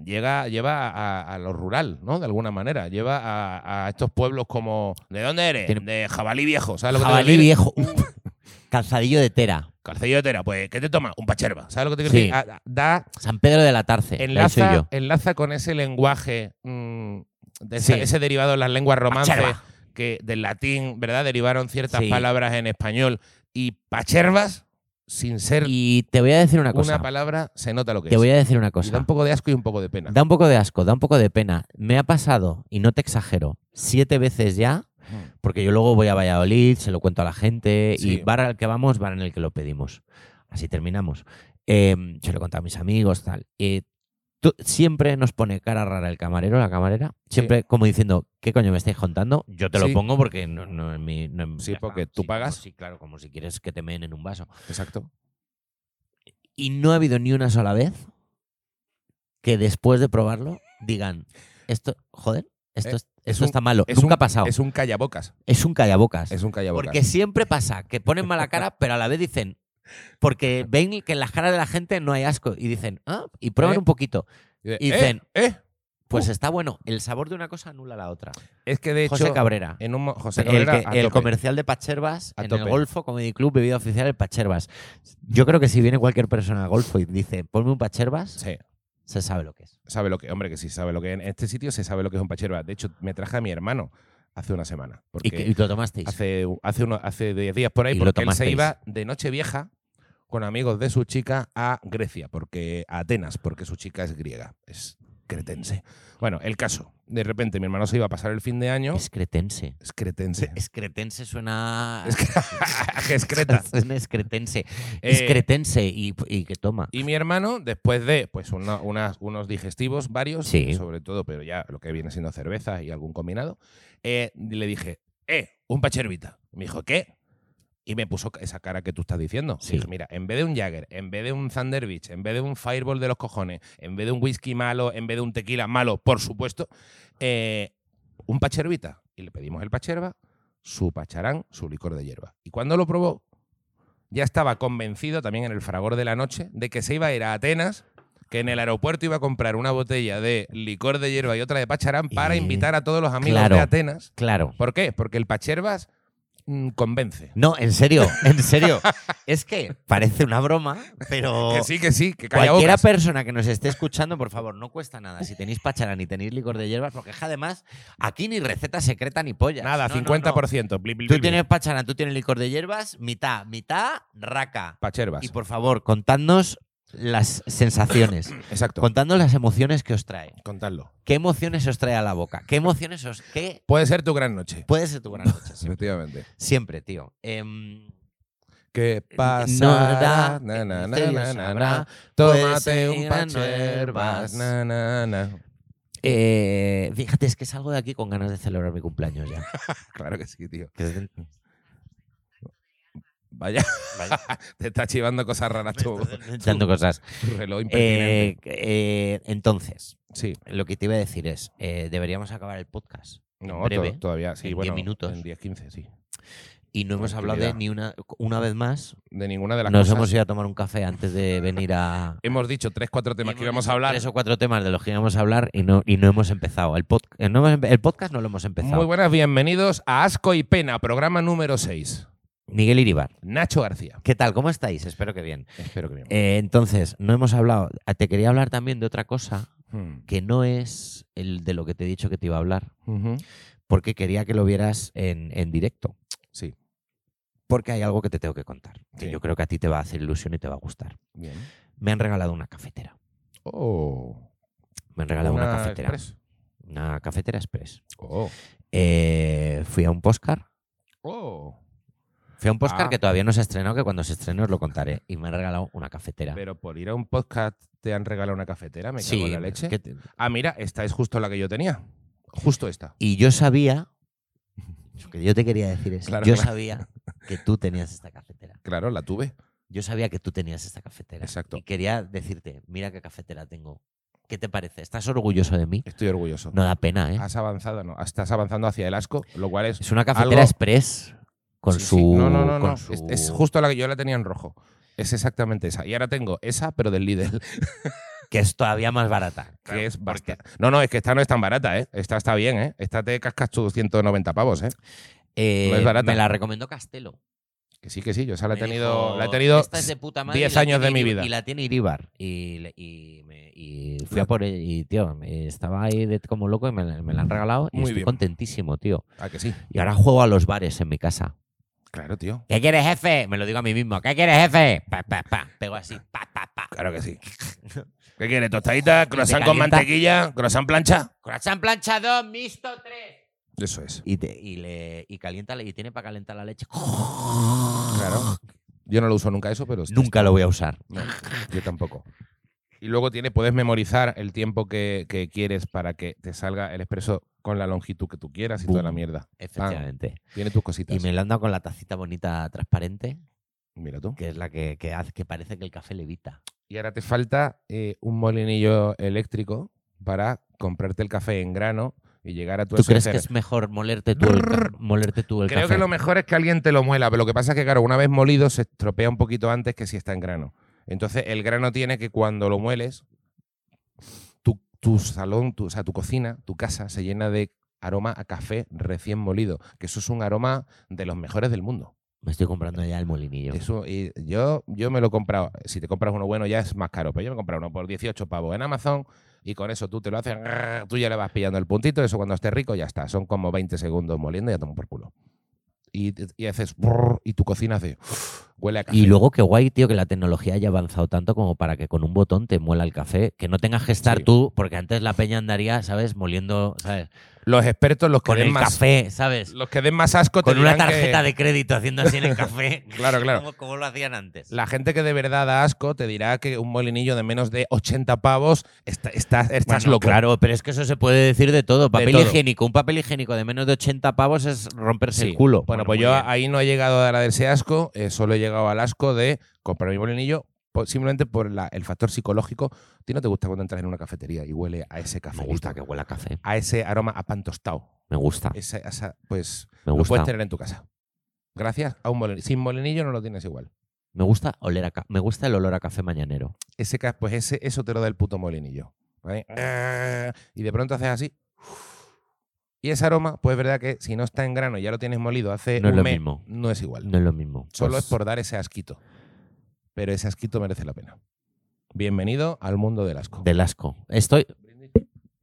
Speaker 1: llega, lleva a, a lo rural, ¿no? De alguna manera. Lleva a, a estos pueblos como... ¿De dónde eres?
Speaker 2: Tiene-
Speaker 1: De jabalí viejo. ¿sabes lo que te
Speaker 2: Jabalí
Speaker 1: quiero decir?
Speaker 2: viejo. Calzadillo de tera.
Speaker 1: Calcillo de tela, pues, ¿qué te toma? Un pacherba. ¿Sabes lo que te
Speaker 2: Sí.
Speaker 1: quiero decir? Ah, Da,
Speaker 2: San Pedro de la Tarce. ahí soy
Speaker 1: enlaza,
Speaker 2: yo.
Speaker 1: enlaza con ese lenguaje, mm, de
Speaker 2: Sí.
Speaker 1: ese, ese derivado de las lenguas romances,
Speaker 2: Pacherba.
Speaker 1: que del latín, ¿verdad? Derivaron ciertas
Speaker 2: Sí.
Speaker 1: palabras en español. Y pachervas, sin ser
Speaker 2: Y te voy a decir una cosa.
Speaker 1: una palabra, se nota lo que
Speaker 2: te
Speaker 1: es.
Speaker 2: voy a decir
Speaker 1: Y
Speaker 2: una
Speaker 1: da
Speaker 2: cosa.
Speaker 1: un poco de asco y un poco de pena.
Speaker 2: Da un poco de asco, da un poco de pena. Me ha pasado, y no te exagero, siete veces ya,
Speaker 1: Mm.
Speaker 2: porque yo luego voy a Valladolid, se lo cuento a la gente,
Speaker 1: Sí.
Speaker 2: y bar al que vamos, bar en el que lo pedimos. Así terminamos. Eh, se lo he contado a mis amigos, tal. Eh, tú- siempre nos pone cara rara el camarero, la camarera, siempre como diciendo, ¿qué coño me estáis contando? Yo te
Speaker 1: Sí.
Speaker 2: lo pongo porque no, no es mi... no es-
Speaker 1: Sí,
Speaker 2: ya
Speaker 1: porque
Speaker 2: está.
Speaker 1: tú
Speaker 2: Sí, como-
Speaker 1: pagas.
Speaker 2: sí, claro, como si quieres que te meen en un vaso.
Speaker 1: Exacto.
Speaker 2: Y no ha habido ni una sola vez que después de probarlo digan, esto, joder, esto,
Speaker 1: Eh,
Speaker 2: es- esto
Speaker 1: un-
Speaker 2: está malo.
Speaker 1: es
Speaker 2: Nunca
Speaker 1: un-
Speaker 2: ha pasado.
Speaker 1: Es un callabocas.
Speaker 2: Es un callabocas.
Speaker 1: Es un callabocas.
Speaker 2: porque siempre pasa que ponen mala cara, pero a la vez dicen, porque ven que en las caras de la gente no hay asco. Y dicen, ah, y prueban
Speaker 1: Eh.
Speaker 2: un poquito.
Speaker 1: de,
Speaker 2: y
Speaker 1: "Eh,
Speaker 2: dicen-
Speaker 1: eh".
Speaker 2: Pues está bueno. El sabor de una cosa anula la otra.
Speaker 1: Es que de
Speaker 2: José
Speaker 1: hecho,
Speaker 2: Cabrera.
Speaker 1: en un mo- José
Speaker 2: El,
Speaker 1: Cabrera,
Speaker 2: que-
Speaker 1: a
Speaker 2: el
Speaker 1: tope.
Speaker 2: comercial de Pachervas
Speaker 1: A
Speaker 2: en el
Speaker 1: tope.
Speaker 2: Golfo Comedy Club, bebida oficial el Pachervas. Yo creo que si viene cualquier persona al Golfo y dice, ponme un Pachervas,
Speaker 1: Sí,
Speaker 2: se sabe lo que es.
Speaker 1: sabe lo que, hombre, que sí, sabe lo que en este sitio se sabe lo que es un pacherba. De hecho, me traje a mi hermano hace una semana. Porque
Speaker 2: Y, que- y lo tomasteis.
Speaker 1: hace hace uno, hace 10 días por ahí
Speaker 2: Y lo
Speaker 1: porque él se
Speaker 2: tomasteis.
Speaker 1: iba de Nochevieja con amigos de su chica a Grecia, porque a Atenas, porque su chica es griega, es cretense. Bueno, el caso, de repente mi hermano se iba a pasar el fin de año,
Speaker 2: Es cretense.
Speaker 1: es cretense,
Speaker 2: Es cretense suena.
Speaker 1: Es que es creta.
Speaker 2: Suena es cretense.
Speaker 1: Eh,
Speaker 2: Es cretense y, y que toma.
Speaker 1: Y mi hermano, después de pues una- unas- unos digestivos varios,
Speaker 2: Sí.
Speaker 1: sobre todo, pero ya lo que viene siendo cerveza y algún combinado, eh, le dije, eh, un pachervita. Me dijo, ¿qué? Y me puso esa cara que tú estás diciendo.
Speaker 2: Sí.
Speaker 1: Dije, mira, en vez de un Jagger, en vez de un Thunder Beach, en vez de un Fireball de los cojones, en vez de un whisky malo, en vez de un tequila malo, por supuesto, eh, un pachervita. Y le pedimos el pacherva, su pacharán, su licor de hierba. Y cuando lo probó, ya estaba convencido también en el fragor de la noche de que se iba a ir a Atenas, que en el aeropuerto iba a comprar una botella de licor de hierba y otra de pacharán para
Speaker 2: Eh,
Speaker 1: invitar a todos los amigos
Speaker 2: claro.
Speaker 1: de Atenas.
Speaker 2: Claro.
Speaker 1: ¿Por qué? Porque el pachervas mm, convence.
Speaker 2: No, en serio, en serio. es que parece una broma, pero.
Speaker 1: Que sí, que sí, que calla
Speaker 2: Cualquiera
Speaker 1: bocas.
Speaker 2: persona que nos esté escuchando, por favor, no cuesta nada. Si tenéis pacharán y tenéis licor de hierbas, porque es que además aquí ni receta secreta ni pollas.
Speaker 1: Nada,
Speaker 2: No, no, no.
Speaker 1: 50%. bli, bli, bli,
Speaker 2: Tú
Speaker 1: bli.
Speaker 2: tienes pacharán, tú tienes licor de hierbas, mitad, mitad, raca.
Speaker 1: pachervas.
Speaker 2: Y por favor, contadnos las sensaciones,
Speaker 1: Exacto.
Speaker 2: contadnos las emociones que os trae.
Speaker 1: Contadlo.
Speaker 2: ¿Qué emociones os trae a la boca? ¿Qué emociones os... ¿Qué
Speaker 1: Puede ser tu gran noche.
Speaker 2: puede ser tu gran noche? Siempre,
Speaker 1: Efectivamente.
Speaker 2: siempre, tío. Em,
Speaker 1: ¿Qué
Speaker 2: da, este
Speaker 1: pasa? Na, na, na,
Speaker 2: misterio
Speaker 1: na, na,
Speaker 2: sabrá.
Speaker 1: na.
Speaker 2: Puede
Speaker 1: Tómate
Speaker 2: ser
Speaker 1: un
Speaker 2: gran
Speaker 1: pachervas.
Speaker 2: hierbas.
Speaker 1: Na, na, na.
Speaker 2: eh, fíjate, es que salgo de aquí con ganas de celebrar mi cumpleaños ya.
Speaker 1: Claro que sí, tío.
Speaker 2: Que es-
Speaker 1: Vaya,
Speaker 2: Vaya.
Speaker 1: te está chivando cosas raras tu,
Speaker 2: Tanto cosas.
Speaker 1: tu reloj impertinente.
Speaker 2: Eh, eh, entonces,
Speaker 1: sí.
Speaker 2: lo que te iba a decir es, eh, deberíamos acabar el podcast en
Speaker 1: No,
Speaker 2: breve
Speaker 1: to- todavía, sí,
Speaker 2: en 10
Speaker 1: bueno,
Speaker 2: minutos.
Speaker 1: en 10, 15, sí.
Speaker 2: y no hemos hablado de
Speaker 1: tranquilidad.
Speaker 2: ni una, una vez más.
Speaker 1: De ninguna de las
Speaker 2: Nos
Speaker 1: cosas.
Speaker 2: hemos ido a tomar un café antes de venir a...
Speaker 1: Hemos dicho tres, cuatro temas que
Speaker 2: Hemos
Speaker 1: íbamos
Speaker 2: dicho
Speaker 1: a hablar.
Speaker 2: Tres o cuatro temas de los que íbamos a hablar y no, y no hemos empezado. El, pod- eh, no hemos empe- el podcast no lo hemos empezado.
Speaker 1: Muy buenas, bienvenidos a Asco y Pena, programa número 6.
Speaker 2: Miguel Iribar,
Speaker 1: Nacho García.
Speaker 2: ¿qué tal? ¿Cómo estáis? Espero que bien.
Speaker 1: Espero que bien.
Speaker 2: Eh, entonces, no hemos hablado. Ah, Te quería hablar también de otra cosa
Speaker 1: Hmm.
Speaker 2: que no es el de lo que te he dicho que te iba a hablar,
Speaker 1: Ujú.
Speaker 2: porque quería que lo vieras en, en directo.
Speaker 1: Sí,
Speaker 2: Porque hay algo que te tengo que contar. Que
Speaker 1: Sí.
Speaker 2: yo creo que a ti te va a hacer ilusión y te va a gustar.
Speaker 1: bien.
Speaker 2: Me han regalado una cafetera.
Speaker 1: Oh.
Speaker 2: Me han regalado una,
Speaker 1: Una
Speaker 2: cafetera.
Speaker 1: Express.
Speaker 2: Una cafetera express.
Speaker 1: Oh.
Speaker 2: Eh, fui a un postcar
Speaker 1: Oh.
Speaker 2: Fui a un podcast
Speaker 1: Ah.
Speaker 2: que todavía no se ha estrenado, que cuando se estrene os lo contaré. Y me han regalado una cafetera.
Speaker 1: Pero por ir a un podcast te han regalado una cafetera, me cago en la leche.
Speaker 2: que te-
Speaker 1: Ah, mira, esta es justo la que yo tenía. Justo esta.
Speaker 2: Y yo sabía, lo que yo te quería decir es,
Speaker 1: Claro,
Speaker 2: yo
Speaker 1: claro.
Speaker 2: sabía que tú tenías esta cafetera.
Speaker 1: Claro, la tuve.
Speaker 2: Yo sabía que tú tenías esta cafetera.
Speaker 1: Exacto.
Speaker 2: Y quería decirte, mira qué cafetera tengo. ¿Qué te parece? ¿Estás orgulloso de mí?
Speaker 1: Estoy orgulloso.
Speaker 2: No da pena, ¿eh?
Speaker 1: Has avanzado, no. Estás avanzando hacia el asco, lo cual es.
Speaker 2: Es una cafetera
Speaker 1: algo-
Speaker 2: express con
Speaker 1: Sí, sí.
Speaker 2: su...
Speaker 1: No, no, no,
Speaker 2: con
Speaker 1: no.
Speaker 2: su-
Speaker 1: Es, es justo la que yo la tenía en rojo. Es exactamente esa. Y ahora tengo esa, pero del Lidl,
Speaker 2: Que es todavía más barata.
Speaker 1: que es basta. No, no, es que esta no es tan barata, ¿eh? Esta está bien, ¿eh? Esta te cascas tus 190 pavos, ¿eh?
Speaker 2: Eh,
Speaker 1: No es barata.
Speaker 2: Me la recomendó Castelo.
Speaker 1: Que sí, que sí, yo esa la he
Speaker 2: Me
Speaker 1: tenido,
Speaker 2: dijo,
Speaker 1: la he tenido
Speaker 2: "Esta es de puta madre
Speaker 1: 10
Speaker 2: y la
Speaker 1: años de
Speaker 2: tiene
Speaker 1: mi
Speaker 2: Iri-
Speaker 1: vida.
Speaker 2: Y la tiene Iribar. Y, le- y, me- y fui
Speaker 1: La-
Speaker 2: a por ella. Y, tío, me- estaba ahí de- como loco y me, la- me la han regalado. Y
Speaker 1: Muy
Speaker 2: estoy
Speaker 1: bien.
Speaker 2: contentísimo, tío.
Speaker 1: Ah, que sí.
Speaker 2: Y ahora juego a los bares en mi casa.
Speaker 1: Claro, tío.
Speaker 2: ¿Qué quieres, jefe? Me lo digo a mí mismo. ¿Qué quieres, jefe? Pa, pa, pa. Pego así. Pa, pa, pa.
Speaker 1: Claro que sí. ¿Qué quieres? ¿Tostadita? ¿Croissant con
Speaker 2: calienta.
Speaker 1: mantequilla? ¿Croissant plancha?
Speaker 2: Croissant planchado, mixto 3.
Speaker 1: Eso es.
Speaker 2: Y, te- y, le, y calienta y tiene para calentar la leche.
Speaker 1: Claro. Ah, Yo no lo uso nunca eso, pero...
Speaker 2: Nunca lo voy a usar.
Speaker 1: No, yo tampoco. Y luego tiene, puedes memorizar el tiempo que, que quieres para que te salga el expreso con la longitud que tú quieras y toda la
Speaker 2: Boom.
Speaker 1: mierda.
Speaker 2: Efectivamente.
Speaker 1: Tiene tus
Speaker 2: y
Speaker 1: cositas.
Speaker 2: me lo han dado con la tacita bonita transparente,
Speaker 1: Mira tú.
Speaker 2: que es la que, que hace que parece que el café levita.
Speaker 1: Y ahora te falta eh, un molinillo eléctrico para comprarte el café en grano y llegar a tu
Speaker 2: ¿Tú crees que
Speaker 1: SSR.
Speaker 2: Pues es mejor molerte tú el, ca- molerte tú el
Speaker 1: Creo
Speaker 2: café?
Speaker 1: que lo mejor es que alguien te lo muela, pero lo que pasa es que, claro, una vez molido se estropea un poquito antes que si está en grano. Entonces, el grano tiene que cuando lo mueles, tu, tu salón, tu, o sea, tu cocina, tu casa se llena de aroma a café recién molido, que eso es un aroma de los mejores del mundo.
Speaker 2: Me estoy comprando ya el molinillo.
Speaker 1: Eso, y yo, yo me lo he comprado. Si te compras uno bueno ya es más caro, pero yo me he comprado uno por 18 pavos en Amazon y con eso tú te lo haces, tú ya le vas pillando el puntito, eso cuando esté rico ya está. Son como 20 segundos moliendo y ya tomo por culo. Y, y haces brrr, y tu cocina hace huele a café.
Speaker 2: Y luego qué guay, tío, que la tecnología haya avanzado tanto como para que con un botón te muela el café, que no tengas que estar
Speaker 1: Sí.
Speaker 2: tú, porque antes la peña andaría, ¿sabes? Moliendo, ¿sabes?
Speaker 1: los expertos, los que
Speaker 2: Con
Speaker 1: den
Speaker 2: el
Speaker 1: más
Speaker 2: café, ¿sabes?
Speaker 1: los que den más asco te
Speaker 2: Con una
Speaker 1: dirán que-
Speaker 2: tarjeta de crédito haciendo así en el café.
Speaker 1: Claro, claro.
Speaker 2: Como, como lo hacían antes.
Speaker 1: La gente que de verdad da asco te dirá que un molinillo de menos de 80 pavos está, está- estás
Speaker 2: Bueno,
Speaker 1: loco.
Speaker 2: Claro, pero es que eso se puede decir de todo. Papel
Speaker 1: todo.
Speaker 2: higiénico. Un papel higiénico de menos de 80 pavos es romperse
Speaker 1: Sí.
Speaker 2: el culo.
Speaker 1: Bueno, pues
Speaker 2: muy
Speaker 1: yo
Speaker 2: bien.
Speaker 1: ahí no he llegado a la de ese asco, eh, solo he llegado al asco de comprar mi molinillo po- simplemente por la- el factor psicológico. ¿A ti no te gusta cuando entras en una cafetería y huele a ese café?
Speaker 2: Me gusta que huela a café.
Speaker 1: A ese aroma a pan tostado.
Speaker 2: Me gusta.
Speaker 1: Esa- esa- pues
Speaker 2: Me
Speaker 1: Eh, lo
Speaker 2: gusta.
Speaker 1: puedes tener en tu casa. Gracias a un molinillo. Sin molinillo no lo tienes igual.
Speaker 2: Me gusta oler a ca- Me gusta el olor a café mañanero.
Speaker 1: Ese, ca- pues ese, eso te lo da el puto molinillo. ¿vale? Y de pronto haces así. Y ese aroma, pues es verdad que si no está en grano y ya lo tienes molido hace
Speaker 2: No es
Speaker 1: un
Speaker 2: lo
Speaker 1: mes,
Speaker 2: mismo.
Speaker 1: no es igual.
Speaker 2: No es lo mismo.
Speaker 1: Solo
Speaker 2: Pues,
Speaker 1: es por dar ese asquito. Pero ese asquito merece la pena. Bienvenido al mundo del asco.
Speaker 2: Del asco. Estoy,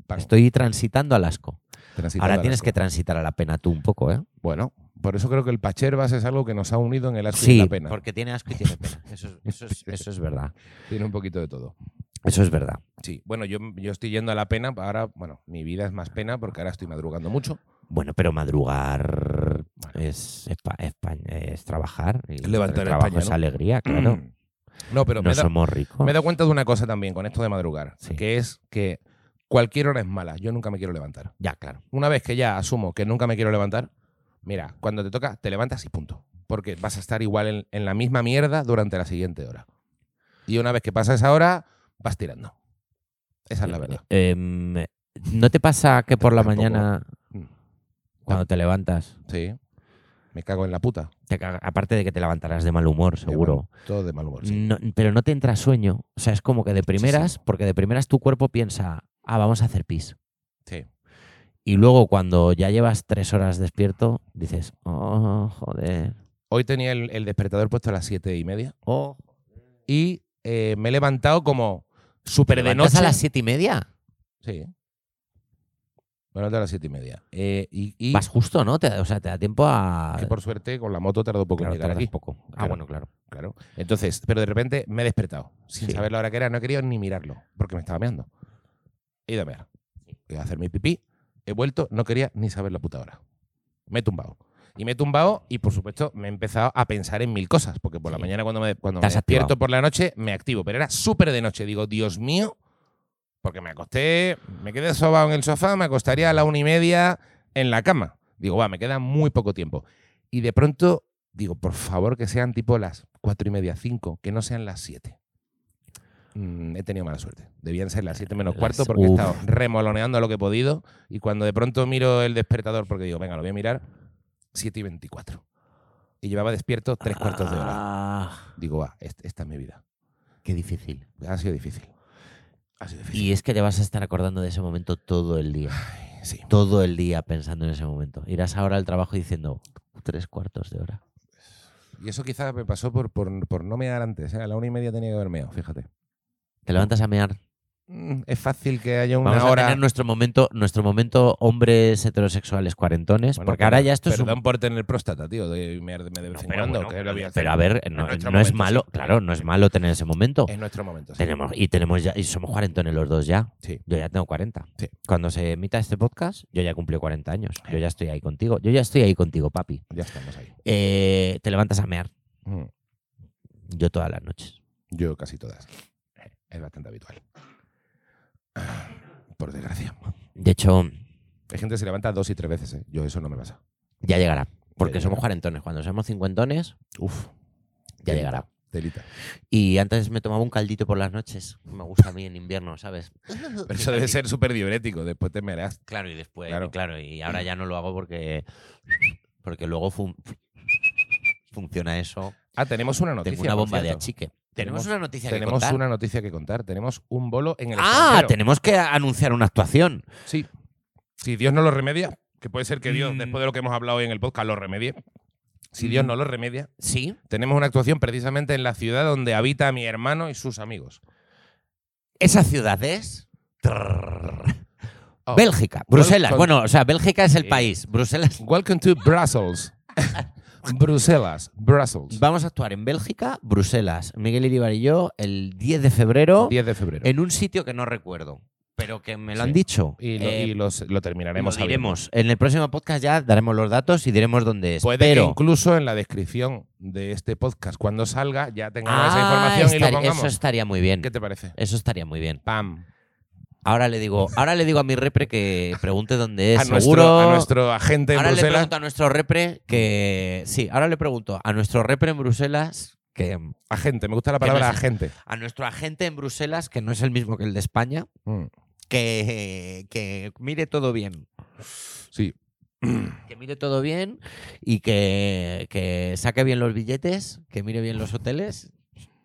Speaker 1: Pan,
Speaker 2: estoy transitando al asco.
Speaker 1: transitando
Speaker 2: Ahora
Speaker 1: al
Speaker 2: tienes
Speaker 1: asco.
Speaker 2: que transitar a la pena tú un poco, ¿eh?
Speaker 1: Bueno, por eso creo que el Pachervas es algo que nos ha unido en el asco y en
Speaker 2: Sí,
Speaker 1: la pena.
Speaker 2: porque tiene asco y tiene pena. Eso, es- eso es, eso es verdad.
Speaker 1: Tiene un poquito de todo.
Speaker 2: Eso es verdad.
Speaker 1: Sí, bueno, yo, yo estoy yendo a la pena. Ahora, bueno, mi vida es más pena porque ahora estoy madrugando mucho.
Speaker 2: Bueno, pero madrugar
Speaker 1: Bueno.
Speaker 2: es, es, pa- es pa- es trabajar. y
Speaker 1: Levantar
Speaker 2: el trabajo
Speaker 1: España,
Speaker 2: es
Speaker 1: ¿no?
Speaker 2: alegría, claro.
Speaker 1: No, pero
Speaker 2: no
Speaker 1: me, he dado-
Speaker 2: somos ricos.
Speaker 1: me he dado cuenta de una cosa también con esto de madrugar,
Speaker 2: Sí.
Speaker 1: que es que cualquier hora es mala. Yo nunca me quiero levantar.
Speaker 2: Ya, claro.
Speaker 1: una vez que ya asumo que nunca me quiero levantar, mira, cuando te toca, te levantas y punto. Porque vas a estar igual en, en la misma mierda durante la siguiente hora. Y una vez que pasa esa hora, vas tirando. Esa es la verdad.
Speaker 2: Em, ¿No te pasa que por la
Speaker 1: Tampoco. Mm.
Speaker 2: mañana, cuando te levantas,
Speaker 1: Sí. Me cago en la puta.
Speaker 2: te caga- aparte de que te levantarás de mal humor, seguro,
Speaker 1: Todo de mal humor. sí.
Speaker 2: no- pero no te entra sueño? O sea, es como que de primeras, porque de primeras tu cuerpo piensa, ah, vamos a hacer pis.
Speaker 1: Sí.
Speaker 2: Y luego cuando ya llevas tres horas despierto, dices, oh, joder,
Speaker 1: Hoy tenía el, el despertador puesto a las siete y media
Speaker 2: oh.
Speaker 1: y eh, me he levantado como súper de
Speaker 2: ¿Levantas
Speaker 1: noche.
Speaker 2: a las siete y media?
Speaker 1: Sí. Me he levantado a las siete y media. Eh, y y
Speaker 2: Vas justo, ¿no? Te- o sea, te da tiempo a...
Speaker 1: que por suerte con la moto tardó poco
Speaker 2: Claro,
Speaker 1: en llegar
Speaker 2: tardas
Speaker 1: aquí.
Speaker 2: poco. Ah,
Speaker 1: Claro.
Speaker 2: bueno, claro.
Speaker 1: Claro. Entonces, pero de repente me he despertado. Sin
Speaker 2: Sí.
Speaker 1: saber la hora que era, no he querido ni mirarlo, porque me estaba meando. He ido a mear. He ido a hacer mi pipí. He vuelto, no quería ni saber la puta hora. Me he tumbado. Y me he tumbado y, por supuesto, me he empezado a pensar en mil cosas. Porque por la
Speaker 2: Sí.
Speaker 1: mañana cuando me, cuando
Speaker 2: Te
Speaker 1: me
Speaker 2: has
Speaker 1: despierto
Speaker 2: activado.
Speaker 1: por la noche, me activo. Pero era súper de noche. Digo, Dios mío, porque me acosté, me quedé sobado en el sofá, me acostaría a la una y media en la cama. Digo, va, me queda muy poco tiempo. Y de pronto digo, por favor, que sean tipo las cuatro y media, cinco, que no sean las siete. Mm, he tenido mala suerte. Debían ser las siete menos
Speaker 2: Las-
Speaker 1: cuarto porque he
Speaker 2: uf.
Speaker 1: estado remoloneando lo que he podido. Y cuando de pronto miro el despertador, porque digo, venga, lo voy a mirar, siete y veinticuatro. Y llevaba despierto tres cuartos de hora.
Speaker 2: Ah,
Speaker 1: Digo, va, est- esta es mi vida.
Speaker 2: qué difícil.
Speaker 1: Ha sido difícil. Ha sido difícil.
Speaker 2: Y es que te vas a estar acordando de ese momento todo el día.
Speaker 1: eh, Sí.
Speaker 2: Todo el día pensando en ese momento. Irás ahora al trabajo diciendo tres cuartos de hora.
Speaker 1: Y eso quizás me pasó por, por, por no mear antes. ¿eh? A la una y media tenía que haber meado, fíjate.
Speaker 2: Te levantas a mear.
Speaker 1: Mm, Es fácil que haya una
Speaker 2: Vamos a
Speaker 1: hora.
Speaker 2: tener nuestro momento, nuestro momento hombres heterosexuales cuarentones,
Speaker 1: Bueno,
Speaker 2: porque
Speaker 1: pero-
Speaker 2: ahora ya esto es un
Speaker 1: Perdón por tener próstata, tío, de mear de, de vez
Speaker 2: No,
Speaker 1: en
Speaker 2: pero
Speaker 1: cuando,
Speaker 2: bueno,
Speaker 1: que lo voy a hacer.
Speaker 2: pero a ver, no,
Speaker 1: nuestro
Speaker 2: no es
Speaker 1: momento,
Speaker 2: malo,
Speaker 1: sí.
Speaker 2: claro, no es malo tener ese momento.
Speaker 1: Es nuestro momento. sí.
Speaker 2: Tenemos, y tenemos ya, y somos cuarentones los dos ya.
Speaker 1: Sí.
Speaker 2: Yo ya tengo 40.
Speaker 1: Sí.
Speaker 2: Cuando se emita este podcast, yo ya cumplí 40 años. Yo ya estoy ahí contigo. Yo ya estoy ahí contigo, papi.
Speaker 1: Ya estamos ahí.
Speaker 2: Eh, te levantas a mear.
Speaker 1: Mm.
Speaker 2: Yo todas las noches.
Speaker 1: Yo casi todas. Es bastante habitual. Ah, Por desgracia.
Speaker 2: De hecho,
Speaker 1: Hay gente que se levanta dos y tres veces, ¿eh? Yo eso no me pasa.
Speaker 2: ya llegará. Porque
Speaker 1: Ya
Speaker 2: somos
Speaker 1: llegará.
Speaker 2: cuarentones. Cuando somos cincuentones,
Speaker 1: Uf.
Speaker 2: ya
Speaker 1: Delita,
Speaker 2: llegará.
Speaker 1: Delita.
Speaker 2: Y antes me tomaba un caldito por las noches. Me gusta a mí en invierno, ¿sabes?
Speaker 1: Pero eso debe ser súper diurético. Después te mearás.
Speaker 2: Claro, y después, y
Speaker 1: Claro. Mm.
Speaker 2: claro. Y, ahora ya no lo hago porque, porque luego fun- funciona eso.
Speaker 1: Ah, tenemos una noticia.
Speaker 2: Tengo una
Speaker 1: por
Speaker 2: bomba de
Speaker 1: cierto.
Speaker 2: achique.
Speaker 1: Tenemos-
Speaker 2: Tenemos una noticia que
Speaker 1: Tenemos
Speaker 2: contar.
Speaker 1: una noticia que contar. Tenemos un bolo en el
Speaker 2: Ah,
Speaker 1: extranjero.
Speaker 2: tenemos que anunciar una actuación.
Speaker 1: Sí. Si Dios no lo remedia, que puede ser que Dios,
Speaker 2: Mm.
Speaker 1: después de lo que hemos hablado hoy en el podcast, lo remedie. Si Dios
Speaker 2: Mm.
Speaker 1: no lo remedia,
Speaker 2: Sí.
Speaker 1: tenemos una actuación precisamente en la ciudad donde habita mi hermano y sus amigos.
Speaker 2: Esa ciudad es. Trrr.
Speaker 1: Oh.
Speaker 2: Bélgica, Bruselas.
Speaker 1: con-
Speaker 2: Bueno, o sea, Bélgica es el
Speaker 1: Sí.
Speaker 2: país. Bruselas.
Speaker 1: Welcome to Brussels. Bruselas, Brussels.
Speaker 2: Vamos a actuar en Bélgica, Bruselas. Miguel Iribar y yo, el 10 de febrero,
Speaker 1: 10 de febrero.
Speaker 2: en un sitio que no recuerdo, pero que me lo
Speaker 1: Sí.
Speaker 2: han dicho.
Speaker 1: y lo,
Speaker 2: Eh,
Speaker 1: y los- lo terminaremos.
Speaker 2: lo
Speaker 1: sabiendo.
Speaker 2: diremos. En el próximo podcast ya daremos los datos y diremos dónde es.
Speaker 1: Puede
Speaker 2: pero...
Speaker 1: que incluso en la descripción de este podcast, cuando salga, ya tengamos esa
Speaker 2: Ah,
Speaker 1: información y lo
Speaker 2: estaría-
Speaker 1: pongamos.
Speaker 2: Eso estaría muy bien.
Speaker 1: ¿Qué te parece?
Speaker 2: Eso estaría muy bien.
Speaker 1: Pam.
Speaker 2: Ahora le digo, ahora le digo a mi repre que pregunte dónde es.
Speaker 1: A
Speaker 2: Seguro.
Speaker 1: nuestro, a nuestro agente en
Speaker 2: ahora le
Speaker 1: Bruselas.
Speaker 2: pregunto a nuestro repre que. Sí, ahora le pregunto a nuestro repre en Bruselas que.
Speaker 1: Agente, me gusta la
Speaker 2: Que no
Speaker 1: palabra
Speaker 2: es-
Speaker 1: agente.
Speaker 2: A nuestro agente en Bruselas, que no es el mismo que el de España,
Speaker 1: Mm,
Speaker 2: que, que mire todo bien.
Speaker 1: Sí.
Speaker 2: Que mire todo bien y que, que saque bien los billetes, que mire bien los hoteles.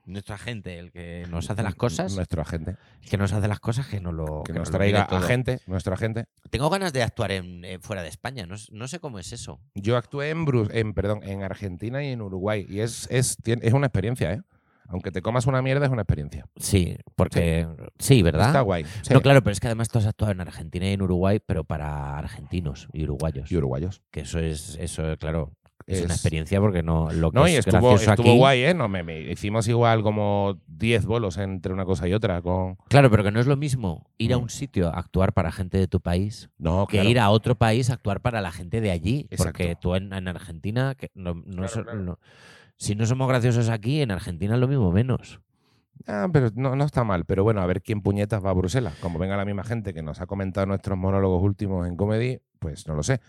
Speaker 2: Nuestro agente, el que nos hace las cosas,
Speaker 1: Nuestro agente.
Speaker 2: que nos hace las cosas, que no lo.
Speaker 1: Que,
Speaker 2: que
Speaker 1: nos
Speaker 2: lo
Speaker 1: traiga
Speaker 2: mire todo.
Speaker 1: agente, nuestro agente.
Speaker 2: Tengo ganas de actuar en, eh, fuera de España, no, s- no sé cómo es eso.
Speaker 1: Yo actué en, Bru- en, perdón, en Argentina y en Uruguay. Y es, es, tien- es una experiencia, ¿eh? Aunque te comas una mierda, es una experiencia.
Speaker 2: Sí, porque. Sí, ¿verdad?
Speaker 1: Está guay. Sí.
Speaker 2: No, claro, pero es que además tú has actuado en Argentina y en Uruguay, pero para argentinos y uruguayos.
Speaker 1: Y uruguayos.
Speaker 2: Que eso es, eso, claro, es, una
Speaker 1: Es-
Speaker 2: experiencia porque no lo que
Speaker 1: No,
Speaker 2: es
Speaker 1: y estuvo,
Speaker 2: gracioso
Speaker 1: estuvo
Speaker 2: aquí-
Speaker 1: guay, ¿eh? No, me, me- hicimos igual como 10 bolos entre una cosa y otra. Con...
Speaker 2: Claro, pero que no es lo mismo ir a
Speaker 1: Mm.
Speaker 2: un sitio a actuar para gente de tu país
Speaker 1: No,
Speaker 2: que
Speaker 1: claro.
Speaker 2: ir a otro país a actuar para la gente de allí.
Speaker 1: Exacto.
Speaker 2: Porque tú en, en Argentina, que no, no
Speaker 1: Claro,
Speaker 2: so-
Speaker 1: claro.
Speaker 2: no- si no somos graciosos aquí, en Argentina lo mismo menos.
Speaker 1: Ah, pero no, no está mal. Pero bueno, a ver quién puñetas va a Bruselas. Como venga la misma gente que nos ha comentado nuestros monólogos últimos en comedy, pues no lo sé.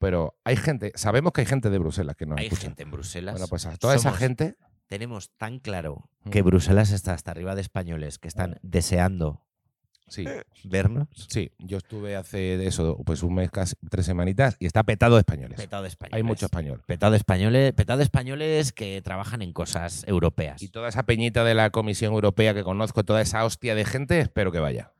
Speaker 1: Pero hay gente, sabemos que hay gente de Bruselas que nos
Speaker 2: Hay
Speaker 1: escucha.
Speaker 2: gente en Bruselas.
Speaker 1: Bueno, pues a toda esa
Speaker 2: Somos-
Speaker 1: gente,
Speaker 2: Tenemos tan claro
Speaker 1: Mm.
Speaker 2: que Bruselas está hasta arriba de españoles que están deseando
Speaker 1: sí,
Speaker 2: vernos.
Speaker 1: sí. Yo estuve hace de eso, pues un mes, casi tres semanitas, y está petado de españoles.
Speaker 2: Petado de españoles.
Speaker 1: Hay mucho español.
Speaker 2: Petado de españoles, petado de españoles que trabajan en cosas europeas.
Speaker 1: Y toda esa peñita de la Comisión Europea que conozco, toda esa hostia de gente, espero que vaya.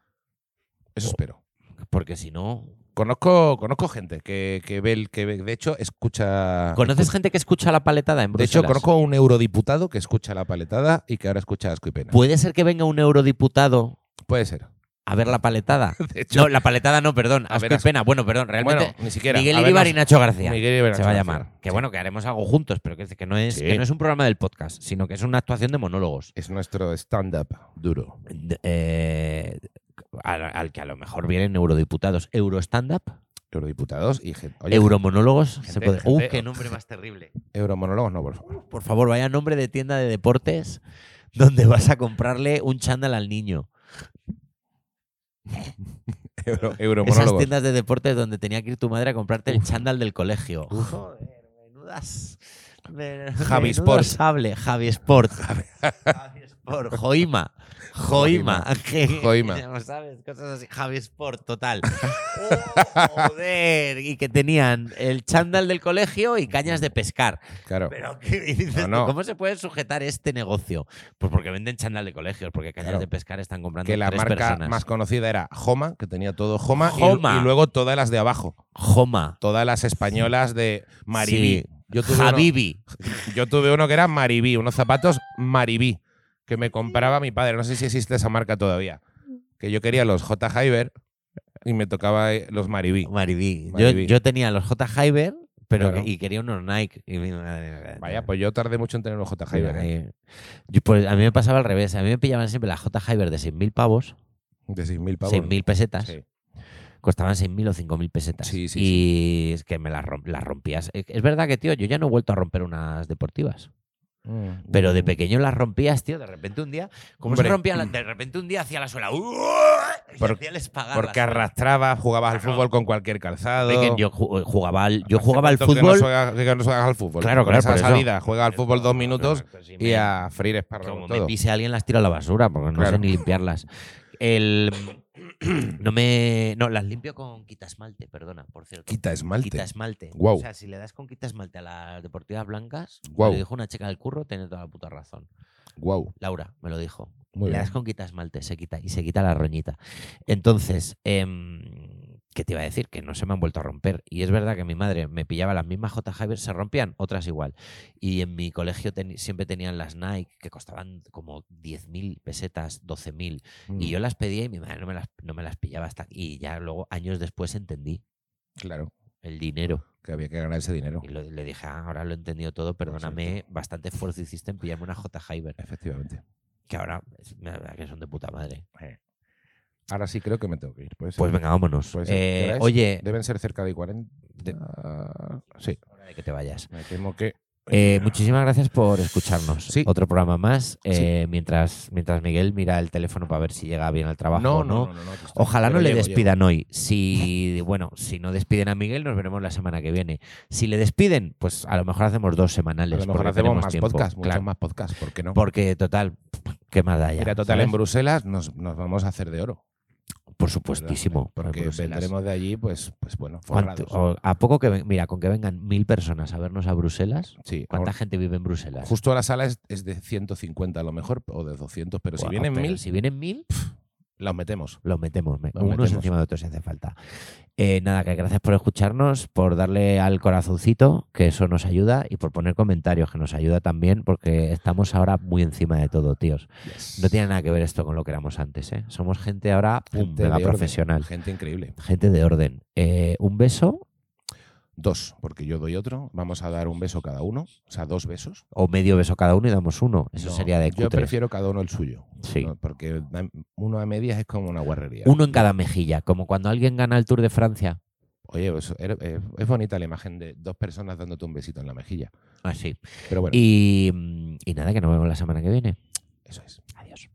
Speaker 1: Eso espero.
Speaker 2: Porque si no.
Speaker 1: Conozco, conozco gente que, que ve el, que ve- de hecho escucha.
Speaker 2: ¿Conoces gente que escucha la paletada en
Speaker 1: De hecho,
Speaker 2: Bruselas?
Speaker 1: conozco a un eurodiputado que escucha la paletada y que ahora escucha asco y pena.
Speaker 2: ¿Puede ser que venga un eurodiputado
Speaker 1: Puede ser.
Speaker 2: a ver la paletada?
Speaker 1: De hecho,
Speaker 2: No, la paletada no, perdón.
Speaker 1: A
Speaker 2: Asco
Speaker 1: ver,
Speaker 2: y
Speaker 1: asco.
Speaker 2: pena. Bueno, perdón,
Speaker 1: bueno,
Speaker 2: realmente.
Speaker 1: ni siquiera.
Speaker 2: Miguel
Speaker 1: A ver,
Speaker 2: Iribar
Speaker 1: no-
Speaker 2: y Nacho García.
Speaker 1: Miguel Iribar
Speaker 2: se va a
Speaker 1: García.
Speaker 2: llamar. Que
Speaker 1: Sí.
Speaker 2: bueno, que haremos algo juntos, pero que, que no es,
Speaker 1: Sí.
Speaker 2: que no es un programa del podcast, sino que es una actuación de monólogos.
Speaker 1: Es nuestro stand-up duro.
Speaker 2: D- eh, al, al que a lo mejor vienen eurodiputados. Eurostand-up,
Speaker 1: Eurodiputados y gente. Oye,
Speaker 2: euromonólogos.
Speaker 1: gente-
Speaker 2: se puede-
Speaker 1: gente-
Speaker 2: ¡Uh, qué nombre más terrible!
Speaker 1: Euromonólogos no, por favor.
Speaker 2: Por favor, vaya nombre de tienda de deportes donde vas a comprarle un chándal al niño.
Speaker 1: Euro-
Speaker 2: Esas
Speaker 1: euromonólogos.
Speaker 2: tiendas de deportes donde tenía que ir tu madre a comprarte el
Speaker 1: Uf.
Speaker 2: chándal del colegio. Joder, menudas. men-
Speaker 1: Javi
Speaker 2: menudo
Speaker 1: Sport.
Speaker 2: sable, Javi Sport. Javi Sport. Joima. Joima. que-
Speaker 1: Joima.
Speaker 2: ya sabes, cosas así. Javi Sport, total. Oh, joder. Y que tenían el chándal del colegio y cañas de pescar.
Speaker 1: Claro.
Speaker 2: Pero ¿qué dices
Speaker 1: No,
Speaker 2: tú?
Speaker 1: no.
Speaker 2: ¿Cómo se puede sujetar este negocio? Pues porque venden chándal de colegios, porque cañas
Speaker 1: Claro.
Speaker 2: de pescar están comprando
Speaker 1: Que la
Speaker 2: tres
Speaker 1: marca
Speaker 2: personas.
Speaker 1: más conocida era Joma, que tenía todo Joma, y-
Speaker 2: Joma.
Speaker 1: Y, luego todas las de abajo.
Speaker 2: Joma.
Speaker 1: Todas las españolas de Maribí.
Speaker 2: Sí,
Speaker 1: Yo tuve, uno,
Speaker 2: Habibi.
Speaker 1: yo tuve uno que era Maribí, unos zapatos Maribí, que me compraba mi padre. No sé si existe esa marca todavía. Que yo quería los J. Hyber y me tocaba eh, los Maribí.
Speaker 2: Maribí. Yo,
Speaker 1: Maribí.
Speaker 2: yo tenía los J. Hyber, pero
Speaker 1: Claro.
Speaker 2: que- y quería unos Nike. Y mi madre-
Speaker 1: Vaya, pues yo tardé mucho en tener los J. Hyber. ¿eh?
Speaker 2: Ahí. Yo, pues, a mí me pasaba al revés. A mí me pillaban siempre las J. Hyber de 6.000 pavos,
Speaker 1: De 6.000 pavos.
Speaker 2: 6.000 pesetas.
Speaker 1: Sí.
Speaker 2: Costaban 6.000 o 5.000 pesetas.
Speaker 1: Sí, sí,
Speaker 2: y es que me las, romp- las rompías. Es- Es verdad que, tío, yo ya no he vuelto a romper unas deportivas. Pero de pequeño las rompías, tío. De repente un día. ¿Cómo
Speaker 1: Mm.
Speaker 2: se
Speaker 1: Hombre.
Speaker 2: rompían? las- De repente un día hacía la suela. ¡uh! Y
Speaker 1: Por-
Speaker 2: hacía el espagat
Speaker 1: Porque
Speaker 2: la suela.
Speaker 1: arrastrabas, jugabas al
Speaker 2: Claro.
Speaker 1: fútbol con cualquier calzado.
Speaker 2: Pequeño, Yo ju- jugaba al, yo
Speaker 1: Hace
Speaker 2: jugaba al
Speaker 1: cuánto que no
Speaker 2: fútbol.
Speaker 1: juegas- que no, juegas al fútbol.
Speaker 2: Claro,
Speaker 1: Con
Speaker 2: claro,
Speaker 1: Esa
Speaker 2: por eso.
Speaker 1: salida, juega al fútbol dos minutos
Speaker 2: Correcto, sí,
Speaker 1: y
Speaker 2: me-
Speaker 1: a freír espárragos.
Speaker 2: Como
Speaker 1: todo.
Speaker 2: me pise alguien las tiro a la basura, porque no
Speaker 1: Claro.
Speaker 2: sé ni limpiarlas. El, no me. No, las limpio con quita esmalte, perdona, por cierto.
Speaker 1: Quita esmalte.
Speaker 2: Quita esmalte.
Speaker 1: Guau.
Speaker 2: O sea, si le das con quita esmalte a las deportivas blancas,
Speaker 1: Guau.
Speaker 2: me lo dijo una chica del curro, tiene toda la puta razón.
Speaker 1: Guau.
Speaker 2: Laura me lo dijo.
Speaker 1: Muy
Speaker 2: le das
Speaker 1: bien.
Speaker 2: con quita esmalte, se quita y se quita la roñita. Entonces, em, ¿qué te iba a decir? Que no se me han vuelto a romper. Y es verdad que mi madre me pillaba las mismas J. Javier, se rompían otras igual. Y en mi colegio teni- siempre tenían las Nike que costaban como 10.000 pesetas, 12.000.
Speaker 1: Mm.
Speaker 2: Y yo las pedía y mi madre no me las, no me las pillaba hasta. Y ya luego, años después, entendí
Speaker 1: Claro,
Speaker 2: el dinero.
Speaker 1: que había que ganar ese dinero.
Speaker 2: Y lo- le dije, "Ah, ahora lo he entendido todo, perdóname, bastante esfuerzo hiciste en pillarme una J. Javier,
Speaker 1: Efectivamente.
Speaker 2: que ahora es- la verdad que son de puta madre.
Speaker 1: Eh. Ahora sí creo que me tengo que ir. Pues,
Speaker 2: Pues venga, vámonos.
Speaker 1: Pues, ¿qué
Speaker 2: Eh,
Speaker 1: hora es?
Speaker 2: oye,
Speaker 1: Deben ser cerca de 40.
Speaker 2: De-
Speaker 1: Ah, sí,
Speaker 2: hora de que te vayas.
Speaker 1: me temo que.
Speaker 2: Eh, muchísimas gracias por escucharnos.
Speaker 1: Sí.
Speaker 2: Otro programa más.
Speaker 1: Sí.
Speaker 2: Eh, mientras, mientras Miguel mira el teléfono para ver si llega bien al trabajo o no.
Speaker 1: aquí estoy.
Speaker 2: Ojalá
Speaker 1: Pero
Speaker 2: no le
Speaker 1: llego, llego.
Speaker 2: despidan hoy. Si, bueno, si no despiden a Miguel, nos veremos la semana que viene. Si le despiden, pues a lo mejor hacemos dos semanales.
Speaker 1: A lo mejor
Speaker 2: porque
Speaker 1: hacemos
Speaker 2: tenemos
Speaker 1: más
Speaker 2: tiempo.
Speaker 1: podcast, muchos
Speaker 2: Claro,
Speaker 1: más podcast, ¿por qué no?
Speaker 2: Porque total, qué más da ya.
Speaker 1: Mira, total,
Speaker 2: ¿sabes?
Speaker 1: en Bruselas nos, nos vamos a hacer de oro.
Speaker 2: Por supuestísimo.
Speaker 1: Porque
Speaker 2: en Bruselas.
Speaker 1: vendremos de allí, pues, pues bueno,
Speaker 2: ¿Cuánto-
Speaker 1: forrados.
Speaker 2: o- a poco que ven- mira, con que vengan mil personas a vernos a Bruselas,
Speaker 1: Sí,
Speaker 2: ¿cuánta
Speaker 1: ahora-
Speaker 2: gente vive en Bruselas?
Speaker 1: justo a la sala es, es de 150 a lo mejor, o de 200, pero si
Speaker 2: Bueno,
Speaker 1: vienen
Speaker 2: pero
Speaker 1: mil,
Speaker 2: Si vienen mil,
Speaker 1: los metemos.
Speaker 2: los metemos. me-
Speaker 1: Los
Speaker 2: unos
Speaker 1: metemos.
Speaker 2: encima de otros si hace falta. Eh, nada, que gracias por escucharnos, por darle al corazoncito, que eso nos ayuda, y por poner comentarios, que nos ayuda también, porque estamos ahora muy encima de todo, tíos. No tiene nada que ver esto con lo que éramos antes, ¿eh? Somos gente ahora, pum,
Speaker 1: Gente
Speaker 2: mega
Speaker 1: de orden,
Speaker 2: profesional.
Speaker 1: Gente increíble.
Speaker 2: Gente de orden. Eh, un beso
Speaker 1: Dos, porque yo doy otro. Vamos a dar un beso cada uno. O sea, dos besos.
Speaker 2: o medio beso cada uno y damos uno. Eso
Speaker 1: No,
Speaker 2: sería de
Speaker 1: Yo
Speaker 2: cutre.
Speaker 1: prefiero cada uno el suyo.
Speaker 2: Sí.
Speaker 1: ¿no? Porque da- uno a medias es como una guarrería.
Speaker 2: Uno en cada mejilla, como cuando alguien gana el Tour de Francia.
Speaker 1: Oye, pues, er- eh, es bonita la imagen de dos personas dándote un besito en la mejilla.
Speaker 2: Así.
Speaker 1: Pero bueno,
Speaker 2: Y, mm, y nada, que nos vemos la semana que viene.
Speaker 1: eso es.
Speaker 2: Adiós.